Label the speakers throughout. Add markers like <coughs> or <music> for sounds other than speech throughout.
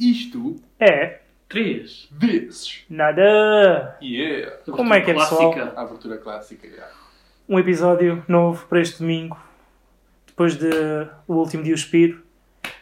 Speaker 1: isto
Speaker 2: É,
Speaker 3: Três.
Speaker 1: vezes.
Speaker 2: nada.
Speaker 1: Yeah.
Speaker 2: Como
Speaker 3: Tipo,
Speaker 2: é que é, pessoal?
Speaker 3: Clássica.
Speaker 1: A abertura clássica, yeah.
Speaker 2: Um episódio novo para este domingo, depois de O Último Dia do Espiro.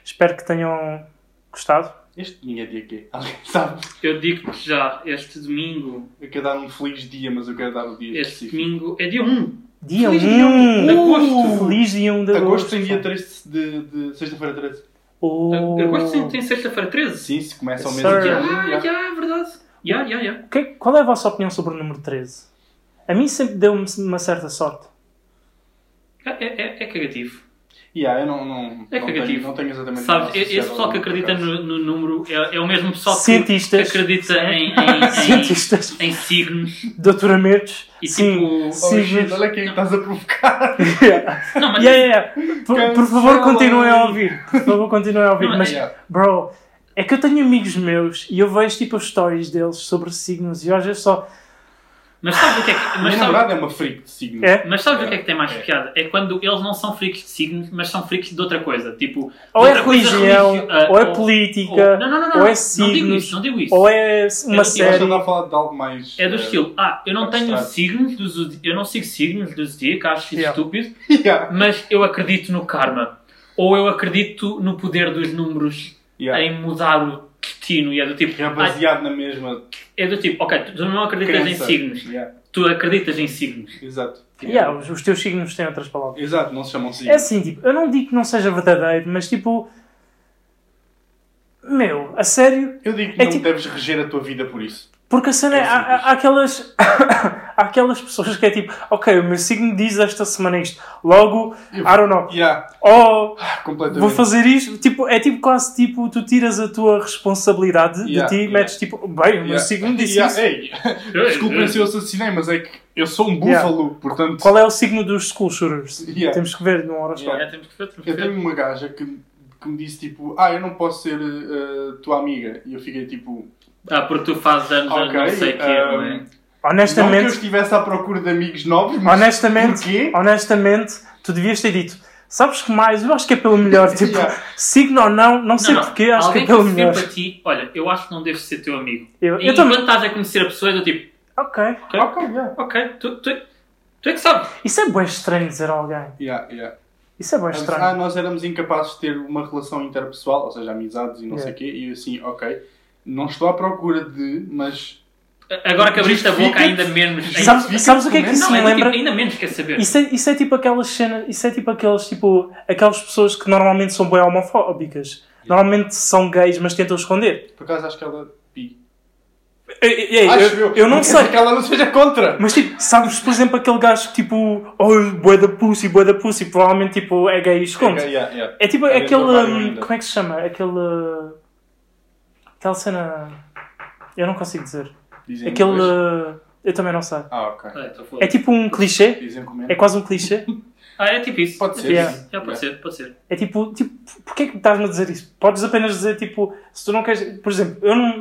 Speaker 2: Espero que tenham gostado.
Speaker 1: Este domingo é <laughs> dia quê? Alguém sabe?
Speaker 3: Eu digo-te já, este domingo,
Speaker 1: Eu quero dar um feliz dia, mas eu quero dar um dia
Speaker 3: este
Speaker 1: específico.
Speaker 3: domingo é dia 1.
Speaker 2: Dia
Speaker 1: Feliz
Speaker 2: 1!
Speaker 1: dia um de agosto.
Speaker 2: Feliz dia 1 de agosto!
Speaker 1: Agosto tem dia 13 de, de sexta-feira 13.
Speaker 2: Oh. Ah,
Speaker 3: Agosto tem- tem sexta-feira 13.
Speaker 1: Sim, se começa ao
Speaker 2: Yes,
Speaker 1: mesmo
Speaker 2: sir.
Speaker 1: dia.
Speaker 3: Já,
Speaker 1: Yeah.
Speaker 3: já, é verdade. Já, já, já.
Speaker 2: Que- qual é a vossa opinião sobre o número 13? A mim sempre deu-me uma certa
Speaker 1: <laughs>
Speaker 2: sorte.
Speaker 3: É, é, é cagativo.
Speaker 1: Yeah, eu não, não,
Speaker 3: É
Speaker 1: não, tenho,
Speaker 3: cagativo.
Speaker 1: não tenho exatamente
Speaker 3: Sabes,
Speaker 1: nada
Speaker 3: e- esse
Speaker 1: associado
Speaker 3: pessoal
Speaker 1: ao-
Speaker 3: que acredita no, no número é, é o mesmo pessoal que, que
Speaker 2: Cientistas.
Speaker 3: acredita
Speaker 2: Sim. <laughs>
Speaker 3: em, em,
Speaker 2: Cientistas.
Speaker 3: em, em signos.
Speaker 2: Doutoramentos.
Speaker 3: E
Speaker 2: Sim.
Speaker 3: tipo-
Speaker 1: Oh, shit,
Speaker 2: Signos.
Speaker 1: olha quem estás a
Speaker 3: <laughs>
Speaker 1: provocar.
Speaker 2: Yeah,
Speaker 3: Não, mas
Speaker 2: yeah, yeah. Por, por favor,
Speaker 1: Cancela.
Speaker 2: continuem a ouvir. Por favor, continuem a ouvir.
Speaker 3: Não,
Speaker 2: Mas,
Speaker 1: yeah.
Speaker 2: bro, é que eu tenho amigos meus e eu vejo tipo as stories deles sobre signos e hoje é só.
Speaker 3: Mas sabes o que é que, mas
Speaker 1: Minha
Speaker 3: sabe-
Speaker 1: namorada é uma freak de signos.
Speaker 2: É?
Speaker 3: mas sabes o que é que tem mais
Speaker 1: É.
Speaker 3: piada? É quando eles não são freaks de signos, mas são freaks de outra coisa. Tipo,
Speaker 2: Ou é
Speaker 3: outra coisa
Speaker 2: religião,
Speaker 3: religio-
Speaker 2: ou é
Speaker 3: ah,
Speaker 2: política,
Speaker 3: ou- não, não, não,
Speaker 2: ou é
Speaker 3: não, Não digo
Speaker 2: signos,
Speaker 3: isso, não digo isso.
Speaker 2: ou é uma
Speaker 3: Eu
Speaker 1: Eu acho que
Speaker 2: série.
Speaker 1: andava a falar de algo mais.
Speaker 3: É do
Speaker 1: eh,
Speaker 3: estilo, ah, eu não tenho
Speaker 1: abstrato.
Speaker 3: signos do zodi- eu não sigo signos do zodíaco, acho isso
Speaker 2: Yeah.
Speaker 3: estúpido,
Speaker 1: <laughs> Yeah.
Speaker 3: mas eu acredito no karma. Ou eu acredito no poder dos números
Speaker 1: Yeah.
Speaker 3: em mudar o destino. E é do tipo,
Speaker 1: Que é
Speaker 3: ah,
Speaker 1: baseado na mesma
Speaker 3: é do tipo, ok, tu tu não acreditas
Speaker 1: crença.
Speaker 3: em signos,
Speaker 1: Yeah.
Speaker 3: tu acreditas em signos.
Speaker 1: Exato.
Speaker 2: Yeah, os, os teus signos têm outras palavras.
Speaker 1: Exato, não se um chamam signos.
Speaker 2: É assim, tipo, eu não digo que não seja verdadeiro, mas tipo. Meu, a sério?
Speaker 1: Eu digo que
Speaker 2: É
Speaker 1: não
Speaker 2: tipo-
Speaker 1: deves reger a tua vida por isso.
Speaker 2: Porque a cena é.
Speaker 1: É
Speaker 2: Há, há- há aquelas. <coughs> há aquelas pessoas que é tipo, ok, o meu signo diz esta semana isto, logo, I don't know.
Speaker 1: Yeah,
Speaker 2: Oh,
Speaker 1: completamente.
Speaker 2: vou fazer isto. Tipo, é tipo quase tipo, tu tiras a tua responsabilidade
Speaker 1: Yeah,
Speaker 2: de ti,
Speaker 1: yeah.
Speaker 2: metes tipo, bem, o meu
Speaker 1: Yeah.
Speaker 2: signo disse
Speaker 1: Yeah, é
Speaker 2: isso.
Speaker 1: ei, Desculpem se eu assassinei, mas é que eu sou um búfalo, portanto.
Speaker 2: Qual é o signo dos school shooters?
Speaker 1: Yeah.
Speaker 2: Temos que ver numa hora só.
Speaker 1: Yeah.
Speaker 3: É, temos que ver, temos que
Speaker 1: Eu
Speaker 3: ver.
Speaker 1: tenho uma gaja que, que me disse tipo, ah, eu não posso ser eh, tua amiga. E eu fiquei tipo,
Speaker 3: Ah, porque tu fazes anos,
Speaker 1: ok.
Speaker 3: não sei o que é, não
Speaker 2: um,
Speaker 3: é?
Speaker 1: ehm, não que eu
Speaker 2: Honestamente,
Speaker 1: estivesse à procura de amigos novos, mas
Speaker 2: honestamente,
Speaker 1: porquê?
Speaker 2: honestamente, tu devias ter dito. Sabes que mais? Eu acho que é
Speaker 1: <laughs>
Speaker 2: pelo melhor. Tipo,
Speaker 1: Yeah.
Speaker 2: signo ou não, não sei
Speaker 3: Não, não.
Speaker 2: porquê, acho que
Speaker 3: Alguém
Speaker 2: é pelo
Speaker 3: vir
Speaker 2: melhor.
Speaker 3: para ti, olha, eu acho que não deves ser teu amigo.
Speaker 2: Eu,
Speaker 3: E
Speaker 2: eu
Speaker 3: enquanto
Speaker 2: também.
Speaker 3: estás a conhecer a pessoa, eu tipo,
Speaker 2: Ok.
Speaker 1: Ok, yeah.
Speaker 3: ok, tu, tu, tu é que sabes.
Speaker 2: Isso é bem estranho dizer a alguém.
Speaker 1: Yeah, yeah.
Speaker 2: Isso é bem
Speaker 1: Ela disse,
Speaker 2: estranho.
Speaker 1: Ah, nós éramos incapazes de ter uma relação interpessoal, ou seja, amizades e não
Speaker 2: Yeah.
Speaker 1: sei o quê. E eu assim, ok, não estou à procura de, mas
Speaker 3: Agora que abriste a boca,
Speaker 1: Justifica-te.
Speaker 3: ainda menos.
Speaker 2: Sabes,
Speaker 1: fica
Speaker 2: sabes o que é que
Speaker 1: comendo.
Speaker 2: isso
Speaker 3: não,
Speaker 2: me
Speaker 3: é do tipo,
Speaker 2: lembra?
Speaker 3: ainda menos quer saber.
Speaker 2: Isso é, isso é tipo aquelas cenas, isso é tipo aqueles, tipo, aquelas pessoas que normalmente são bem homofóbicas. Normalmente são gays, mas tentam esconder.
Speaker 1: por acaso acho que ela. pi.
Speaker 2: Ei, ei, ei,
Speaker 1: Acho
Speaker 2: eu, eu não <laughs>
Speaker 1: Quer
Speaker 2: sei.
Speaker 1: dizer que ela não seja contra.
Speaker 2: Mas tipo, sabes, por exemplo, aquele gajo que tipo, oh, boé da pussy, boé da pussy, provavelmente tipo, é gay e esconde.
Speaker 1: Ok, yeah, yeah.
Speaker 2: É tipo
Speaker 1: Olha,
Speaker 2: aquele.
Speaker 1: eu trabalho
Speaker 2: hum,
Speaker 1: ainda.
Speaker 2: como é que se chama? Aquele. uh, Aquela cena. Eu não consigo dizer.
Speaker 1: Dizem
Speaker 2: Aquele.
Speaker 1: depois.
Speaker 2: uh, Eu também não sei.
Speaker 1: Ah, ok.
Speaker 3: Ah, então foda-se.
Speaker 2: É tipo um clichê?
Speaker 1: Dizem
Speaker 2: É
Speaker 1: comendo.
Speaker 2: quase um clichê?
Speaker 3: Ah, é tipo isso.
Speaker 1: Pode ser.
Speaker 2: Yeah.
Speaker 1: sim.
Speaker 3: Já pode ser, pode ser.
Speaker 2: É tipo. tipo Porquê que estás-me a dizer isso? Podes apenas dizer tipo. Se tu não queres. Por exemplo, eu não.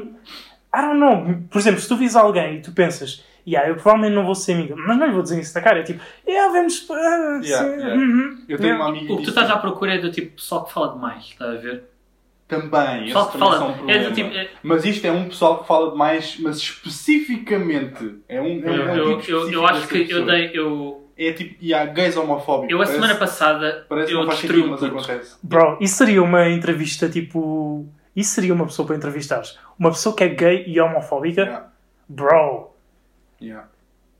Speaker 2: I don't know. Por exemplo, se tu vis alguém e tu pensas. Yeah, eu provavelmente não vou ser amiga, mas não lhe vou dizer isso na cara. É tipo, yeah, vemos. ah, sim,
Speaker 1: Yeah, yeah.
Speaker 2: uhum.
Speaker 1: Eu tenho
Speaker 2: Yeah.
Speaker 1: uma amiga
Speaker 3: O que tu
Speaker 1: disso
Speaker 3: estás à procura é do tipo pessoal que fala demais, estás a ver?
Speaker 1: também.
Speaker 3: Pessoal
Speaker 1: Esse
Speaker 3: que
Speaker 1: também são
Speaker 3: fala.
Speaker 1: um
Speaker 3: É
Speaker 1: problema.
Speaker 3: do tipo. é-
Speaker 1: Mas isto é um pessoal que fala demais, mas especificamente. É um, é
Speaker 3: Eu,
Speaker 1: um, é um
Speaker 3: eu,
Speaker 1: tipo
Speaker 3: eu,
Speaker 1: específico
Speaker 3: eu acho
Speaker 1: dessa
Speaker 3: que eu
Speaker 1: pessoa.
Speaker 3: dei. Eu,
Speaker 1: É tipo, e há gays homofóbicos.
Speaker 3: eu a semana passada.
Speaker 1: Parece que
Speaker 3: eu
Speaker 1: não faz
Speaker 3: destruí
Speaker 1: sentido,
Speaker 3: um
Speaker 1: mas
Speaker 3: puto.
Speaker 1: acontece.
Speaker 2: Bro, isso seria uma entrevista tipo. Isso seria uma pessoa para entrevistares. Uma pessoa que é gay e homofóbica.
Speaker 1: Yeah,
Speaker 2: Bro,
Speaker 1: yeah.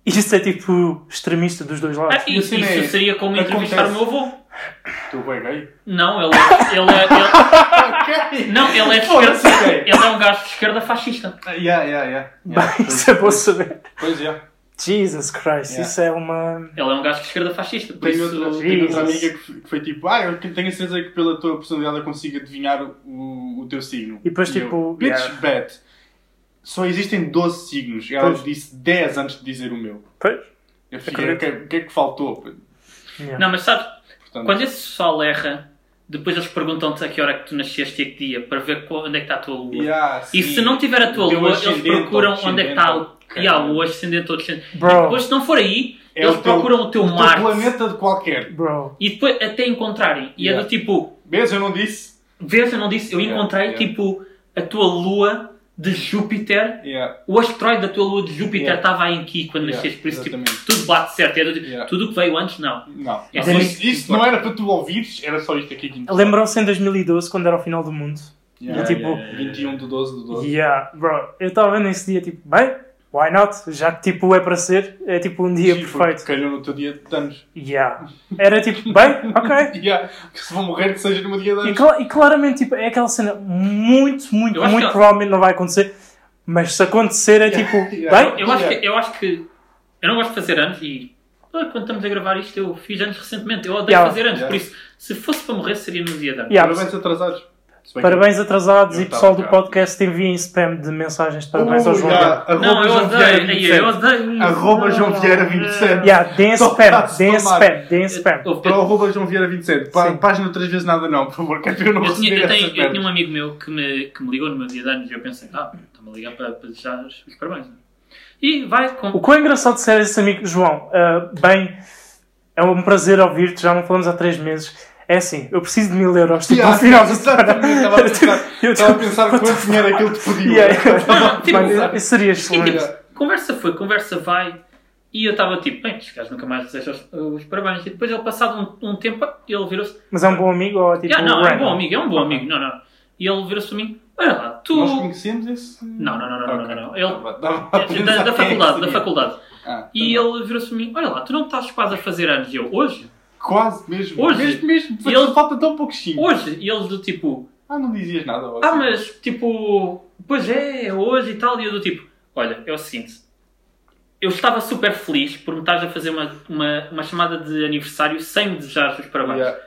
Speaker 2: isso é tipo extremista dos dois lados.
Speaker 3: Ah, e isso
Speaker 1: Mas, né,
Speaker 3: seria como
Speaker 1: acontece.
Speaker 3: entrevistar o meu avô.
Speaker 1: Tu é
Speaker 3: <laughs>
Speaker 1: gay?
Speaker 3: Não, ele é. Ele é
Speaker 1: <laughs>
Speaker 3: ele-
Speaker 1: ok!
Speaker 3: não, ele é de
Speaker 1: Foda-se,
Speaker 3: esquerda.
Speaker 1: gay.
Speaker 3: Ele é um gajo de esquerda fascista.
Speaker 1: Yeah, yeah, yeah. yeah.
Speaker 2: Bem, <laughs> isso é bom saber.
Speaker 1: Pois é.
Speaker 2: Jesus Christ,
Speaker 1: Yeah.
Speaker 2: isso é uma.
Speaker 3: Ele é um gajo de esquerda fascista. Por
Speaker 1: Tenho
Speaker 3: isso.
Speaker 1: outra, tenho outra
Speaker 2: Jesus.
Speaker 1: amiga que foi, que foi tipo, ah, eu tenho a certeza que pela tua personalidade eu consigo adivinhar o, o teu signo.
Speaker 2: E depois,
Speaker 1: eu,
Speaker 2: tipo,
Speaker 1: Bitch,
Speaker 2: yeah.
Speaker 1: bet. Só existem 12 signos. E ela
Speaker 2: Pois.
Speaker 1: disse 10 antes de dizer o meu.
Speaker 2: Pois?
Speaker 1: Eu fiquei, o que, o que é que faltou?
Speaker 2: Yeah.
Speaker 3: Não, mas sabes,
Speaker 1: Portanto,
Speaker 3: quando esse pessoal erra, depois eles perguntam-te a que hora é que tu nasceste e a que dia, para ver qual- onde é que está a tua lua.
Speaker 1: Yeah,
Speaker 3: E
Speaker 1: sim.
Speaker 3: se não tiver a tua
Speaker 1: O teu
Speaker 3: lua, eles
Speaker 1: ascendente ou
Speaker 3: procuram onde é que está o,
Speaker 1: descendente,
Speaker 3: yeah,
Speaker 1: ok.
Speaker 3: o ascendente ou descendente.
Speaker 2: Bro.
Speaker 3: E depois, se não for aí,
Speaker 1: É
Speaker 3: eles
Speaker 1: o teu-
Speaker 3: procuram o teu
Speaker 1: o
Speaker 3: Marte.
Speaker 1: planeta de qualquer.
Speaker 2: Bro,
Speaker 3: E depois, até encontrarem. E é
Speaker 1: Yeah.
Speaker 3: do tipo,
Speaker 1: Vês, eu não disse.
Speaker 3: vês, eu não disse, eu
Speaker 1: Yeah,
Speaker 3: encontrei,
Speaker 1: yeah.
Speaker 3: tipo, a tua lua de Júpiter,
Speaker 1: Yeah.
Speaker 3: o asteroide da tua lua de Júpiter
Speaker 1: Yeah.
Speaker 3: estava aí em Ki quando
Speaker 1: Yeah,
Speaker 3: nasceste, por isso tipo,
Speaker 1: exatamente.
Speaker 3: tudo bate certo. Era,
Speaker 1: Yeah.
Speaker 3: Tudo o que veio antes, não.
Speaker 1: Não. não.
Speaker 3: É
Speaker 2: assim.
Speaker 1: Mas
Speaker 3: isso.
Speaker 1: isso não era para tu ouvires, era só isto aqui que interessava.
Speaker 2: Lembram-se em 2012, quando era o final do mundo?
Speaker 1: Yeah,
Speaker 2: tipo-
Speaker 1: yeah, um yeah, yeah. 21 de 12 de 12.
Speaker 2: Yeah, bro. Eu estava nesse dia, tipo, bem, why not? Já que, tipo, é para ser, é tipo um dia
Speaker 1: Sim, porque
Speaker 2: perfeito.
Speaker 1: Calhou no teu dia de danos.
Speaker 2: Yeah. Era tipo, bem, ok.
Speaker 1: <laughs> Yeah. Que se vão morrer, que seja no meu dia de
Speaker 2: E,
Speaker 1: danos.
Speaker 2: cla- e claramente, tipo, é aquela cena muito, muito,
Speaker 3: Eu acho
Speaker 2: muito
Speaker 3: que-
Speaker 2: provavelmente não vai acontecer. Mas se acontecer, é
Speaker 1: Yeah,
Speaker 2: tipo,
Speaker 1: <laughs> yeah.
Speaker 2: bem,
Speaker 3: Eu acho,
Speaker 1: Yeah.
Speaker 3: que, eu acho que. Eu não gosto de fazer anos e. ah, Quando estamos a gravar isto, eu fiz anos recentemente. Eu odeio
Speaker 2: Yeah.
Speaker 3: fazer anos,
Speaker 1: Yeah.
Speaker 3: por isso, se fosse para morrer, seria no dia de anos.
Speaker 2: yeah,
Speaker 1: Parabéns atrasados. Se bem que-
Speaker 2: parabéns atrasados
Speaker 1: Eu
Speaker 2: e pessoal do
Speaker 1: tava cá.
Speaker 2: podcast enviem spam de mensagens de
Speaker 1: Oh,
Speaker 2: parabéns ao João
Speaker 1: yeah.
Speaker 2: Vieira.
Speaker 1: Arroba
Speaker 3: Não, eu
Speaker 1: João Vieira
Speaker 3: odeio. aí,
Speaker 1: 27.
Speaker 3: Eu odeio. isso.
Speaker 1: Arroba João
Speaker 3: Não,
Speaker 1: Vieira
Speaker 3: não.
Speaker 1: 27.
Speaker 2: Yeah, deem
Speaker 1: Só
Speaker 2: spam,
Speaker 1: tá-se
Speaker 2: deem
Speaker 1: tomado.
Speaker 2: spam, deem spam.
Speaker 3: Eu-
Speaker 1: Para o
Speaker 3: eu-
Speaker 1: arroba João Vieira 27. Pá,
Speaker 2: Sim.
Speaker 1: página três vezes nada não, por favor, que é para eu não
Speaker 3: Eu tinha,
Speaker 1: receber
Speaker 3: eu, tenho,
Speaker 1: essas
Speaker 3: eu tinha um
Speaker 1: merdas.
Speaker 3: amigo meu que me, que me ligou no meu dia de anos e eu pensei, ah, está-me a ligar para, para desejar os os parabéns. E vai
Speaker 2: O
Speaker 3: com.
Speaker 2: quão engraçado ser esse amigo, João, ah, bem, é um prazer ouvir-te, já não falamos há três meses. É assim, eu preciso de mil euros, tipo,
Speaker 1: Yeah,
Speaker 2: ao final da semana.
Speaker 1: exatamente, estava a pensar,
Speaker 2: <laughs> Eu
Speaker 1: estava a
Speaker 2: tipo,
Speaker 1: pensar
Speaker 2: what the <laughs>
Speaker 1: quanto dinheiro é que ele te pediu.
Speaker 2: Yeah, eu-
Speaker 3: Não, tipo,
Speaker 2: Mano, eu- eu seria
Speaker 3: E,
Speaker 2: excelente.
Speaker 3: tipo, conversa foi, conversa vai. E eu estava tipo, bem, este gajo nunca mais deseja os, os parabéns. E depois ele, passado um, um tempo, ele virou-se.
Speaker 2: Mas é um bom amigo ou é tipo
Speaker 3: "Ah, não, é um
Speaker 2: random?
Speaker 3: bom amigo, é um bom
Speaker 2: Ok.
Speaker 3: amigo. Não, não. E ele virou-se para mim, olha lá, tu.
Speaker 1: Nós conhecemos esse.
Speaker 3: Não, não, não, não, não,
Speaker 1: Ok. Ah,
Speaker 3: não, não. Ele-
Speaker 1: Dava- dava a pensar
Speaker 3: Da, da
Speaker 1: quem é que
Speaker 3: faculdade, da
Speaker 1: seria.
Speaker 3: faculdade.
Speaker 1: Ah,
Speaker 3: E
Speaker 1: tá bom.
Speaker 3: ele virou-se para mim, olha lá, tu não estás quase a fazer anos. E eu, hoje?
Speaker 1: Quase mesmo.
Speaker 3: Hoje.
Speaker 1: Mesmo, mesmo.
Speaker 3: E ele-
Speaker 1: Falta tão pouco sim.
Speaker 3: Hoje? E ele do tipo,
Speaker 1: Ah, não dizias nada. ó,
Speaker 3: Ah,
Speaker 1: assim.
Speaker 3: mas tipo, pois é, é hoje e tal. E eu do tipo, olha, é o seguinte, eu estava super feliz por me estares a fazer uma, uma, uma chamada de aniversário sem me desejar os parabéns.
Speaker 1: Yeah.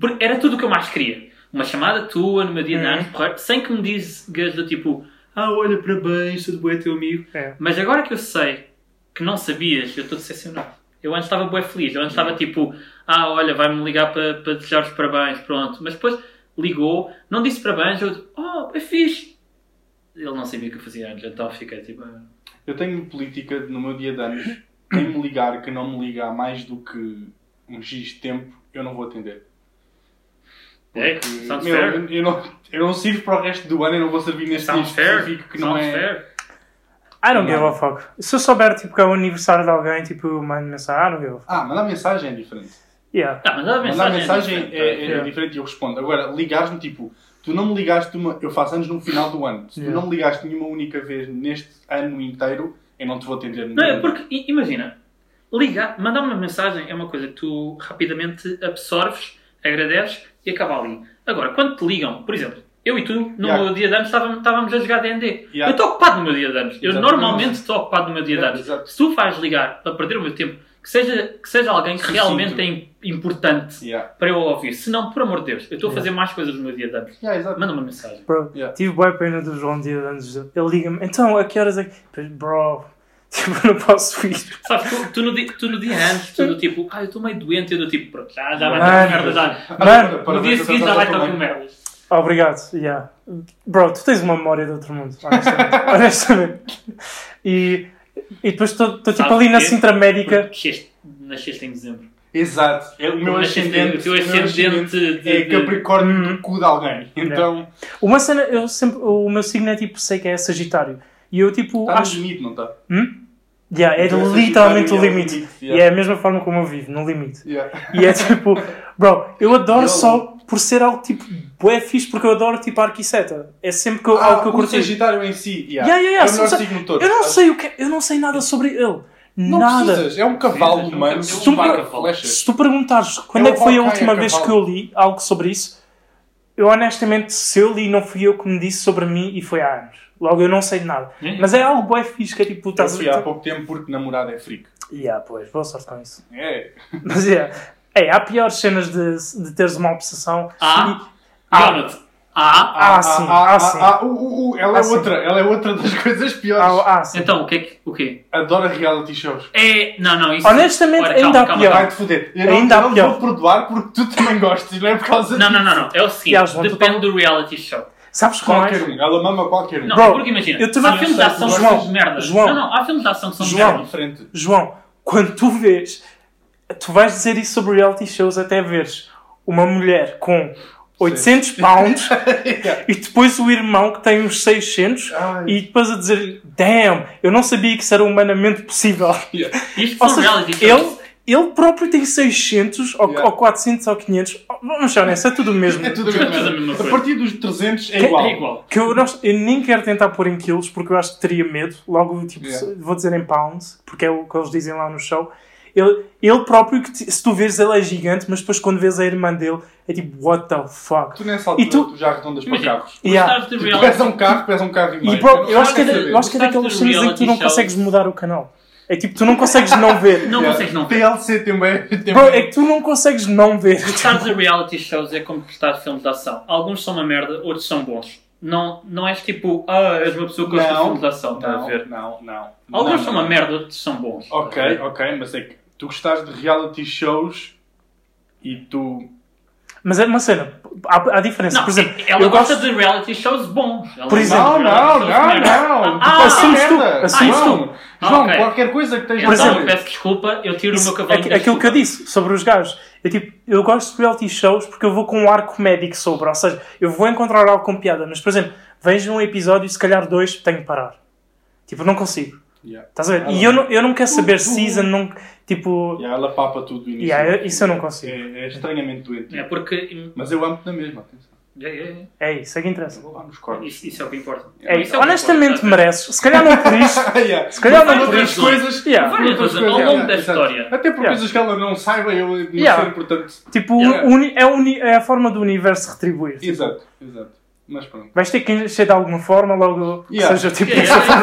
Speaker 3: Por- Era tudo o que eu mais queria. Uma chamada tua no meu dia de
Speaker 2: Uhum.
Speaker 3: anos, porra, sem que me digas do tipo, ah, olha, parabéns, tudo bem, teu amigo.
Speaker 2: É.
Speaker 3: Mas agora que eu sei que não sabias, eu estou decepcionado. Eu antes estava bué feliz, eu antes
Speaker 1: Uhum.
Speaker 3: estava tipo, ah, olha, vai-me ligar para para desejar os parabéns, pronto. Mas depois ligou, não disse parabéns, eu, oh, é fixe. Ele não sabia o que eu fazia antes, então fiquei tipo, ah,
Speaker 1: Eu tenho política de, no meu dia de anos. Quem me ligar que não me liga há mais do que um X de tempo, eu não vou atender.
Speaker 3: é,
Speaker 1: Porque,
Speaker 3: sounds
Speaker 1: meu,
Speaker 3: fair,
Speaker 1: eu, eu não, eu não sirvo para o resto do ano, eu não vou servir neste dia
Speaker 3: sounds fair,
Speaker 1: específico que não
Speaker 3: sounds
Speaker 1: é.
Speaker 3: fair.
Speaker 2: I don't
Speaker 1: Não.
Speaker 2: give a fuck. Se eu souber tipo, que é o aniversário de alguém, tipo, eu mando mensagem, I don't give a fuck.
Speaker 1: Ah, mandar mensagem é diferente.
Speaker 2: Yeah.
Speaker 3: Ah, mandar
Speaker 1: Mandar
Speaker 3: mensagem,
Speaker 1: mensagem
Speaker 3: diferente,
Speaker 1: é, é
Speaker 2: diferente, é.
Speaker 1: diferente e eu respondo. Agora, ligares-me tipo, tu não me ligaste uma. Eu faço anos no final do ano. Se tu
Speaker 2: Yeah.
Speaker 1: não me ligaste nenhuma única vez neste ano inteiro, eu não te vou atender
Speaker 3: Não, é
Speaker 1: nenhuma.
Speaker 3: porque, i- imagina, ligar, mandar uma mensagem é uma coisa que tu rapidamente absorves, agradeces e acaba ali. Agora, quando te ligam, por exemplo, eu e tu, no
Speaker 1: Yeah.
Speaker 3: meu dia de anos, estávamos, estávamos a jogar D&D.
Speaker 1: Yeah.
Speaker 3: Eu estou ocupado no meu dia de anos. Eu
Speaker 1: Exatamente.
Speaker 3: normalmente estou ocupado no meu dia de
Speaker 1: Yeah,
Speaker 3: anos.
Speaker 1: exato.
Speaker 3: Se tu vais ligar para perder o meu tempo, que seja, que seja alguém que
Speaker 1: Sim,
Speaker 3: realmente
Speaker 1: sim,
Speaker 3: é im- importante
Speaker 1: Yeah.
Speaker 3: para eu ouvir. Se não, por amor de Deus, eu estou a
Speaker 2: Yeah.
Speaker 3: fazer mais coisas no meu dia de anos.
Speaker 1: Yeah, exato.
Speaker 3: Manda uma mensagem.
Speaker 2: Bro,
Speaker 1: Yeah.
Speaker 2: tive boa pena do João dia de anos. Ele liga-me, então a que horas é que. Pois, Bro, <laughs> tipo, eu não posso ir.
Speaker 3: Sabes, tu, tu, no, di- tu no dia antes, tu do tipo, ah, eu estou meio doente, eu do tipo, pronto, já, já vai
Speaker 2: Mano.
Speaker 3: ter merda, já.
Speaker 2: Mano,
Speaker 3: No dia seguinte já vai estar com merdas.
Speaker 2: Tipo obrigado. Yeah. Bro, tu tens uma memória de outro mundo,
Speaker 1: <laughs>
Speaker 2: honestamente. honestamente. E, e depois estou estou, tipo
Speaker 3: Sabes
Speaker 2: ali na
Speaker 3: porquê?
Speaker 2: Sintra Médica.
Speaker 3: Nasceste, nasceste em dezembro.
Speaker 1: Exato. É, o meu
Speaker 3: Nasceste-
Speaker 1: ascendente,
Speaker 3: o teu
Speaker 1: o meu
Speaker 3: ascendente de-
Speaker 1: é
Speaker 3: de-
Speaker 1: Capricórnio do cu de alguém. Então,
Speaker 2: Uma cena, eu sempre. O meu signo é tipo, sei que é Sagitário. E eu tipo,
Speaker 1: está Tá no
Speaker 2: acho.
Speaker 1: limite, não está?
Speaker 2: Hum? Yeah, é
Speaker 1: O teu
Speaker 2: literalmente
Speaker 1: Sagitário
Speaker 2: o
Speaker 1: é o
Speaker 2: limite.
Speaker 1: limite,
Speaker 2: E é
Speaker 1: yeah.
Speaker 2: a mesma forma como eu vivo, no limite.
Speaker 1: Yeah.
Speaker 2: E é tipo, bro, eu adoro
Speaker 1: Eu-
Speaker 2: só por ser algo tipo bué fixe, porque eu adoro tipo arquiteta. É sempre que eu,
Speaker 1: Ah,
Speaker 2: algo que eu
Speaker 1: o
Speaker 2: curti.
Speaker 1: Sagitário em si yeah.
Speaker 2: Yeah, yeah, yeah,
Speaker 1: é o melhor
Speaker 2: sim, sim.
Speaker 1: signo de todos.
Speaker 2: Eu não
Speaker 1: Ah,
Speaker 2: sei o que, eu não sei nada sobre ele.
Speaker 1: Não
Speaker 2: nada.
Speaker 1: precisas, é um cavalo
Speaker 3: Precisas,
Speaker 1: humano,
Speaker 3: é um
Speaker 1: se tu
Speaker 3: cavalo.
Speaker 1: marca flechas.
Speaker 2: Se tu perguntares quando
Speaker 1: É
Speaker 2: é que foi a
Speaker 1: o Hawkeye
Speaker 2: última
Speaker 1: a
Speaker 2: vez que eu
Speaker 1: cavalo.
Speaker 2: li algo sobre isso, eu honestamente, se eu li, não fui eu que me disse sobre mim e foi há anos. Logo, eu não sei de nada.
Speaker 3: Hum.
Speaker 2: Mas é algo bué fixe que é tipo,
Speaker 1: Eu
Speaker 2: estás
Speaker 1: fui há pouco tempo porque namorado é freak.
Speaker 2: Yeah, pois, boa sorte com isso. <laughs>
Speaker 1: É.
Speaker 2: Mas é, é há piores cenas de, de teres uma obsessão.
Speaker 3: Ah,
Speaker 2: Ah.
Speaker 3: Jonathan. Ah,
Speaker 2: Ah, sim, ah, sim.
Speaker 1: ah, uh, uh, uh, ela
Speaker 2: Ah,
Speaker 1: é
Speaker 2: sim.
Speaker 1: outra, ela é outra das <laughs> coisas
Speaker 2: E,
Speaker 1: piores.
Speaker 2: ah, ah, sim.
Speaker 3: então, o que é que. O quê?
Speaker 1: Adora reality shows.
Speaker 3: É. Não, não, isso.
Speaker 2: Honestamente,
Speaker 3: Olha, calma,
Speaker 2: ainda há
Speaker 3: calma,
Speaker 2: pior.
Speaker 3: calma.
Speaker 1: Vai-te foder. Eu não-
Speaker 2: Ainda
Speaker 1: eu não,
Speaker 2: pior.
Speaker 1: te vou perdoar porque tu também gostas, não é por causa
Speaker 3: Não, não,
Speaker 1: disso.
Speaker 3: não, não. É o seguinte,
Speaker 2: Yeah, João, tu
Speaker 3: depende
Speaker 2: tá-
Speaker 3: do reality show.
Speaker 2: Sabes como é?
Speaker 1: Qualquer um, ela mama qualquer um.
Speaker 3: Não,
Speaker 2: Bro,
Speaker 3: porque imagina,
Speaker 2: eu também
Speaker 3: há filmes de
Speaker 2: sei,
Speaker 3: ação que
Speaker 2: João,
Speaker 3: são de merdas.
Speaker 2: João.
Speaker 3: Não, não, há filmes de ação que são de
Speaker 1: João.
Speaker 3: merdas.
Speaker 1: Diferente.
Speaker 2: João, quando tu vês, tu vais dizer isso sobre reality shows até veres uma mulher com 800 pounds e depois o irmão que tem uns 600
Speaker 1: Ai.
Speaker 2: e depois a dizer damn, eu não sabia que isso era humanamente possível.
Speaker 1: Yeah.
Speaker 3: Isto
Speaker 2: Ou
Speaker 3: são
Speaker 2: seja,
Speaker 3: reality shows.
Speaker 2: ele, ele próprio tem 600 ou,
Speaker 1: Yeah.
Speaker 2: ou 400 ou 500. Oh, Vamos ser honestos, é tudo
Speaker 1: <laughs>
Speaker 2: o mesmo.
Speaker 1: É tudo a
Speaker 3: Tudo
Speaker 1: mesma
Speaker 3: a
Speaker 1: coisa.
Speaker 3: mesma
Speaker 1: A
Speaker 3: coisa.
Speaker 1: partir dos 300 é
Speaker 2: É
Speaker 1: igual.
Speaker 3: É igual.
Speaker 2: Que eu, não- eu nem quero tentar pôr em quilos porque eu acho que teria medo. Logo, tipo,
Speaker 1: Yeah.
Speaker 2: se- vou dizer em pounds, porque é o que eles dizem lá no show. Ele, ele próprio, que te- se tu vês, ele é gigante, mas depois quando vês a irmã dele, é tipo, what the fuck.
Speaker 1: Tu nessa altura
Speaker 2: E tu-
Speaker 1: tu... já arredondas para
Speaker 3: Imagina.
Speaker 1: carros.
Speaker 2: Yeah.
Speaker 3: Os stars de
Speaker 1: Tu
Speaker 3: reality
Speaker 1: pesa um carro, pesa um carro e meio.
Speaker 2: E bro, eu acho que é,
Speaker 1: quero
Speaker 2: da-
Speaker 1: saber.
Speaker 2: eu acho que é daquelas cenas
Speaker 3: Sabes
Speaker 2: em que tu
Speaker 3: reality
Speaker 2: não
Speaker 3: shows?
Speaker 2: consegues mudar o canal. É tipo, tu não consegues não ver.
Speaker 3: Não
Speaker 1: Yeah.
Speaker 3: consegues não ver.
Speaker 1: TLC tem bem. tem
Speaker 2: Bro,
Speaker 1: bem-
Speaker 2: é que tu não consegues não ver.
Speaker 3: Gostar de reality shows é como gostar de filmes de ação. Alguns são uma merda, outros são bons. Não, não és tipo, ah, és uma pessoa que gosta de
Speaker 1: Não,
Speaker 3: filmes de ação, estás a
Speaker 1: não,
Speaker 3: ver?
Speaker 1: não, não.
Speaker 3: Alguns
Speaker 1: Não,
Speaker 3: são
Speaker 1: não.
Speaker 3: uma merda, outros são bons.
Speaker 1: Ok, ok, mas é que tu gostares de reality shows e tu.
Speaker 2: Mas é uma cena. Há, há diferença.
Speaker 3: Não,
Speaker 2: Por exemplo,
Speaker 3: ela
Speaker 2: eu
Speaker 3: gosta
Speaker 2: gosto...
Speaker 3: de reality shows bons. Ela
Speaker 2: Por
Speaker 3: não
Speaker 2: exemplo-
Speaker 1: Não,
Speaker 3: gosta de reality
Speaker 1: não,
Speaker 3: shows
Speaker 1: não,
Speaker 3: merda.
Speaker 1: não.
Speaker 3: Ah,
Speaker 1: Tu
Speaker 2: assumes tu,
Speaker 1: merda.
Speaker 2: assumes
Speaker 1: João,
Speaker 3: tu. Ah,
Speaker 1: João,
Speaker 3: ok.
Speaker 1: qualquer coisa que esteja
Speaker 3: Então,
Speaker 2: exemplo-
Speaker 3: eu peço desculpa, eu tiro o meu cavalo
Speaker 2: Aqu- aquilo é que eu disse sobre os gajos. Eu, tipo, eu gosto de reality shows porque eu vou com um ar comédico sobre. Ou seja, eu vou encontrar algo com piada. Mas, por exemplo, vejo um episódio e se calhar dois tenho que parar. Tipo, não consigo.
Speaker 1: Yeah.
Speaker 2: Estás a ver?
Speaker 1: Ah,
Speaker 2: e
Speaker 1: bem.
Speaker 2: eu não, eu não quero saber
Speaker 1: Uhum.
Speaker 2: season, não... Tipo...
Speaker 1: Yeah, ela papa tudo do início.
Speaker 2: Yeah, eu- isso eu não consigo.
Speaker 1: É, é estranhamente doente.
Speaker 3: É porque.
Speaker 1: Mas eu amo-te na mesma, atenção.
Speaker 3: é, é,
Speaker 2: É isso, é que interessa.
Speaker 1: Vou lá nos
Speaker 3: é. <laughs>
Speaker 1: cornos.
Speaker 3: Isso, isso é o que importa.
Speaker 2: É
Speaker 3: Isso
Speaker 2: isso.
Speaker 3: o que
Speaker 2: Honestamente
Speaker 3: importa.
Speaker 2: mereces. Se calhar não por isto.
Speaker 1: Ah, yeah.
Speaker 2: Se calhar
Speaker 1: Por
Speaker 2: não por
Speaker 1: outras
Speaker 2: isto.
Speaker 1: coisas.
Speaker 2: Yeah.
Speaker 1: por outras
Speaker 3: Várias
Speaker 1: coisas,
Speaker 3: razões, ao longo da
Speaker 1: exato.
Speaker 3: história.
Speaker 1: Até por
Speaker 2: Yeah.
Speaker 1: coisas que ela não saiba, eu não
Speaker 2: Yeah.
Speaker 1: sei, portanto.
Speaker 2: <laughs> Tipo,
Speaker 1: Yeah.
Speaker 2: uni- é, uni- é a forma do universo retribuir. Tipo,
Speaker 1: Exato, exato. Mas pronto.
Speaker 2: Vais ter que encher de alguma forma, logo que
Speaker 1: Yeah.
Speaker 2: seja tipo.
Speaker 3: É, é, exatamente.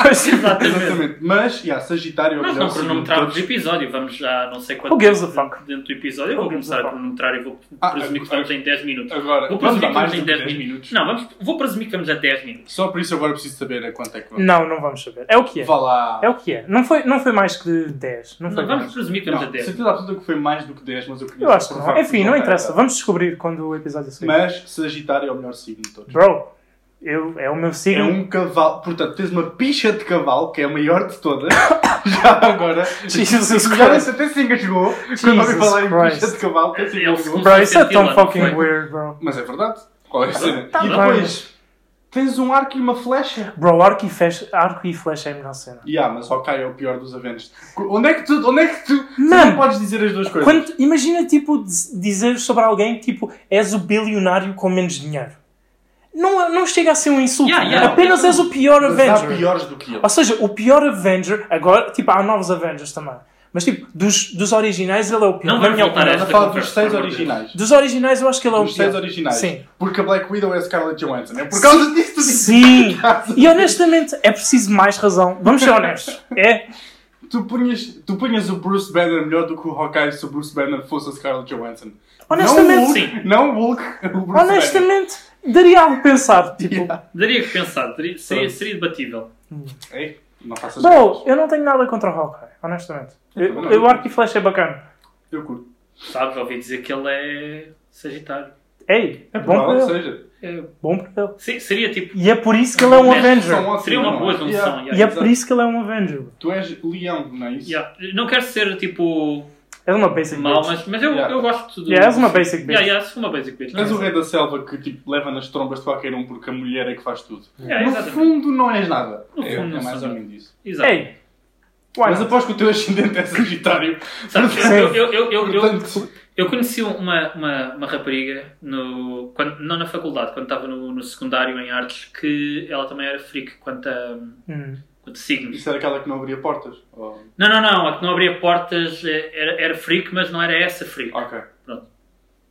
Speaker 2: Mas, tipo,
Speaker 3: Exatamente.
Speaker 1: Exatamente. Mas, yeah, Sagitário é o
Speaker 3: Mas
Speaker 1: melhor
Speaker 3: não
Speaker 1: signo de
Speaker 3: cronometramos
Speaker 1: todos.
Speaker 3: o episódio, vamos já não sei
Speaker 2: Who
Speaker 3: quanto
Speaker 2: gives a
Speaker 3: tempo
Speaker 2: fuck?
Speaker 3: dentro do episódio. Eu
Speaker 2: Who
Speaker 3: vou
Speaker 2: gives
Speaker 3: começar
Speaker 2: a
Speaker 3: a
Speaker 2: fuck?
Speaker 3: cronometrar e vou
Speaker 1: Ah,
Speaker 3: presumir que
Speaker 1: ah,
Speaker 3: estamos em 10 minutos.
Speaker 1: Agora,
Speaker 3: Vou
Speaker 1: vamos
Speaker 3: presumir
Speaker 1: dar
Speaker 3: que
Speaker 1: mais
Speaker 3: estamos
Speaker 1: do
Speaker 3: em
Speaker 1: que
Speaker 3: 10
Speaker 1: 10
Speaker 3: minutos.
Speaker 1: minutos.
Speaker 3: Não, vamos, vou presumir que estamos a 10 minutos.
Speaker 1: Só por isso agora preciso saber a quanto é que vamos.
Speaker 2: <laughs> não, não vamos saber. É o que é.
Speaker 1: Vá lá.
Speaker 2: É o que é. Não foi, não foi mais que 10. Não foi
Speaker 3: Não,
Speaker 2: mais.
Speaker 3: vamos presumir que estamos a
Speaker 1: Não,
Speaker 3: 10.
Speaker 1: certeza absoluta que foi mais do que 10, mas eu queria
Speaker 2: Eu acho que não.
Speaker 1: provar
Speaker 2: Enfim, não
Speaker 1: era.
Speaker 2: interessa. Vamos descobrir quando o episódio sair.
Speaker 1: Mas Sagitário é o melhor signo de todos.
Speaker 2: Bro, eu, é o meu
Speaker 1: É
Speaker 2: signo.
Speaker 1: um cavalo, portanto, tens uma picha de cavalo, que é a maior de todas, <coughs> já agora.
Speaker 2: <laughs> Jesus
Speaker 1: Já nem
Speaker 2: Christ.
Speaker 1: sei até se engasgou, quando ouvi falar em
Speaker 2: Christ.
Speaker 1: picha de cavalo, até se
Speaker 3: É o
Speaker 1: engasgou.
Speaker 3: segundo-
Speaker 2: Bro, isso é
Speaker 3: Sentila,
Speaker 2: tão
Speaker 3: não
Speaker 2: fucking
Speaker 3: foi?
Speaker 2: weird, bro.
Speaker 1: Mas é verdade. Qual é a cena?
Speaker 2: Tá
Speaker 1: e
Speaker 2: bem.
Speaker 1: depois, tens um arco e uma flecha.
Speaker 2: Bro, arco e flecha, arco e flecha é a melhor cena.
Speaker 1: Yeah, mas ok, é o pior dos Avengers. Onde é que tu, onde é que tu, tu
Speaker 2: Mano,
Speaker 1: não podes dizer as duas coisas?
Speaker 2: Quando- imagina, tipo, diz- dizer sobre alguém, tipo, és o bilionário com menos dinheiro. Não, não chega a ser um insulto.
Speaker 3: Yeah, yeah.
Speaker 2: Apenas és o pior
Speaker 1: Mas há
Speaker 2: Avenger.
Speaker 1: piores do que ele.
Speaker 2: Ou seja, o pior Avenger, agora, tipo, há novos Avengers também. Mas, tipo, dos, dos originais ele é o pior.
Speaker 3: Não
Speaker 2: na
Speaker 3: vamos
Speaker 2: minha
Speaker 3: voltar a
Speaker 2: opinião.
Speaker 1: Ela
Speaker 3: esta
Speaker 1: fala dos
Speaker 3: conversa,
Speaker 1: seis
Speaker 3: por amor de Deus.
Speaker 1: originais.
Speaker 2: Dos originais eu acho que ele é o
Speaker 1: Os
Speaker 2: pior.
Speaker 1: seis originais.
Speaker 2: Sim.
Speaker 1: Porque a Black Widow é Scarlett Johansson. É por causa disso tu dizes. <laughs>
Speaker 2: Sim! E honestamente, é preciso mais razão. Vamos ser honestos. É.
Speaker 1: Tu punhas, tu punhas o Bruce Banner melhor do que o Hawkeye se o Bruce Banner fosse a Scarlett Johansson.
Speaker 2: Honestamente,
Speaker 1: não o Hulk,
Speaker 3: sim.
Speaker 1: Não o Hulk, o Bruce Banner.
Speaker 2: Honestamente, daria algo a pensar. Tipo,
Speaker 1: Yeah.
Speaker 3: Daria que pensar, daria- seria,
Speaker 1: Pronto.
Speaker 3: seria debatível.
Speaker 1: Ei, não faças
Speaker 2: Bro,
Speaker 1: coisas.
Speaker 2: eu não tenho nada contra o Hawkeye, honestamente.
Speaker 1: Eu
Speaker 2: Eu,
Speaker 1: também não.
Speaker 2: eu arco e flecha é bacana.
Speaker 1: Eu curto.
Speaker 3: Sabes, ouvi dizer que ele é Sagitário.
Speaker 2: Ei, é bom
Speaker 1: Provável
Speaker 2: para
Speaker 1: que
Speaker 2: ele.
Speaker 1: seja.
Speaker 3: É,
Speaker 2: Bom para ele.
Speaker 3: se- seria tipo.
Speaker 2: E é por isso que ele é um
Speaker 3: Mas
Speaker 2: Avenger.
Speaker 1: ótimos,
Speaker 3: Seria uma
Speaker 1: não
Speaker 3: boa
Speaker 1: é?
Speaker 3: junção.
Speaker 1: Yeah.
Speaker 3: yeah,
Speaker 2: E é
Speaker 3: exato.
Speaker 2: por isso que ele é um Avenger.
Speaker 1: Tu és leão, não é isso?
Speaker 3: Yeah. Não quero ser tipo
Speaker 2: É uma basic
Speaker 3: mau,
Speaker 2: bitch.
Speaker 3: mas, mas eu,
Speaker 1: Yeah.
Speaker 3: eu gosto do.
Speaker 2: Yeah, és uma basic bitch.
Speaker 3: Yeah, yeah, sou uma basic bitch.
Speaker 1: És um o rei da selva que tipo, leva nas trombas de qualquer um porque a mulher é que faz tudo.
Speaker 3: Yeah,
Speaker 1: no
Speaker 3: exatamente.
Speaker 1: fundo não és nada.
Speaker 3: No
Speaker 1: é,
Speaker 3: fundo,
Speaker 1: é
Speaker 3: não
Speaker 1: mais
Speaker 3: sou
Speaker 1: ou
Speaker 3: nada.
Speaker 1: menos isso.
Speaker 3: Exato.
Speaker 2: Ei, why
Speaker 1: Mas
Speaker 2: not?
Speaker 1: após que o teu ascendente é sagitário.
Speaker 3: Sabes,
Speaker 2: Sim.
Speaker 3: eu, eu, eu, eu, eu,
Speaker 1: Portanto,
Speaker 3: Eu conheci uma, uma, uma rapariga, no, quando- não na faculdade, quando estava no, no secundário em artes, que ela também era freak quanto a,
Speaker 2: Hum.
Speaker 3: quanto a signos.
Speaker 1: isso era aquela que não abria portas? Oh, Ou-
Speaker 3: Não, não, não, a que não abria portas eh, era, era freak, mas não era essa freak.
Speaker 1: Ok.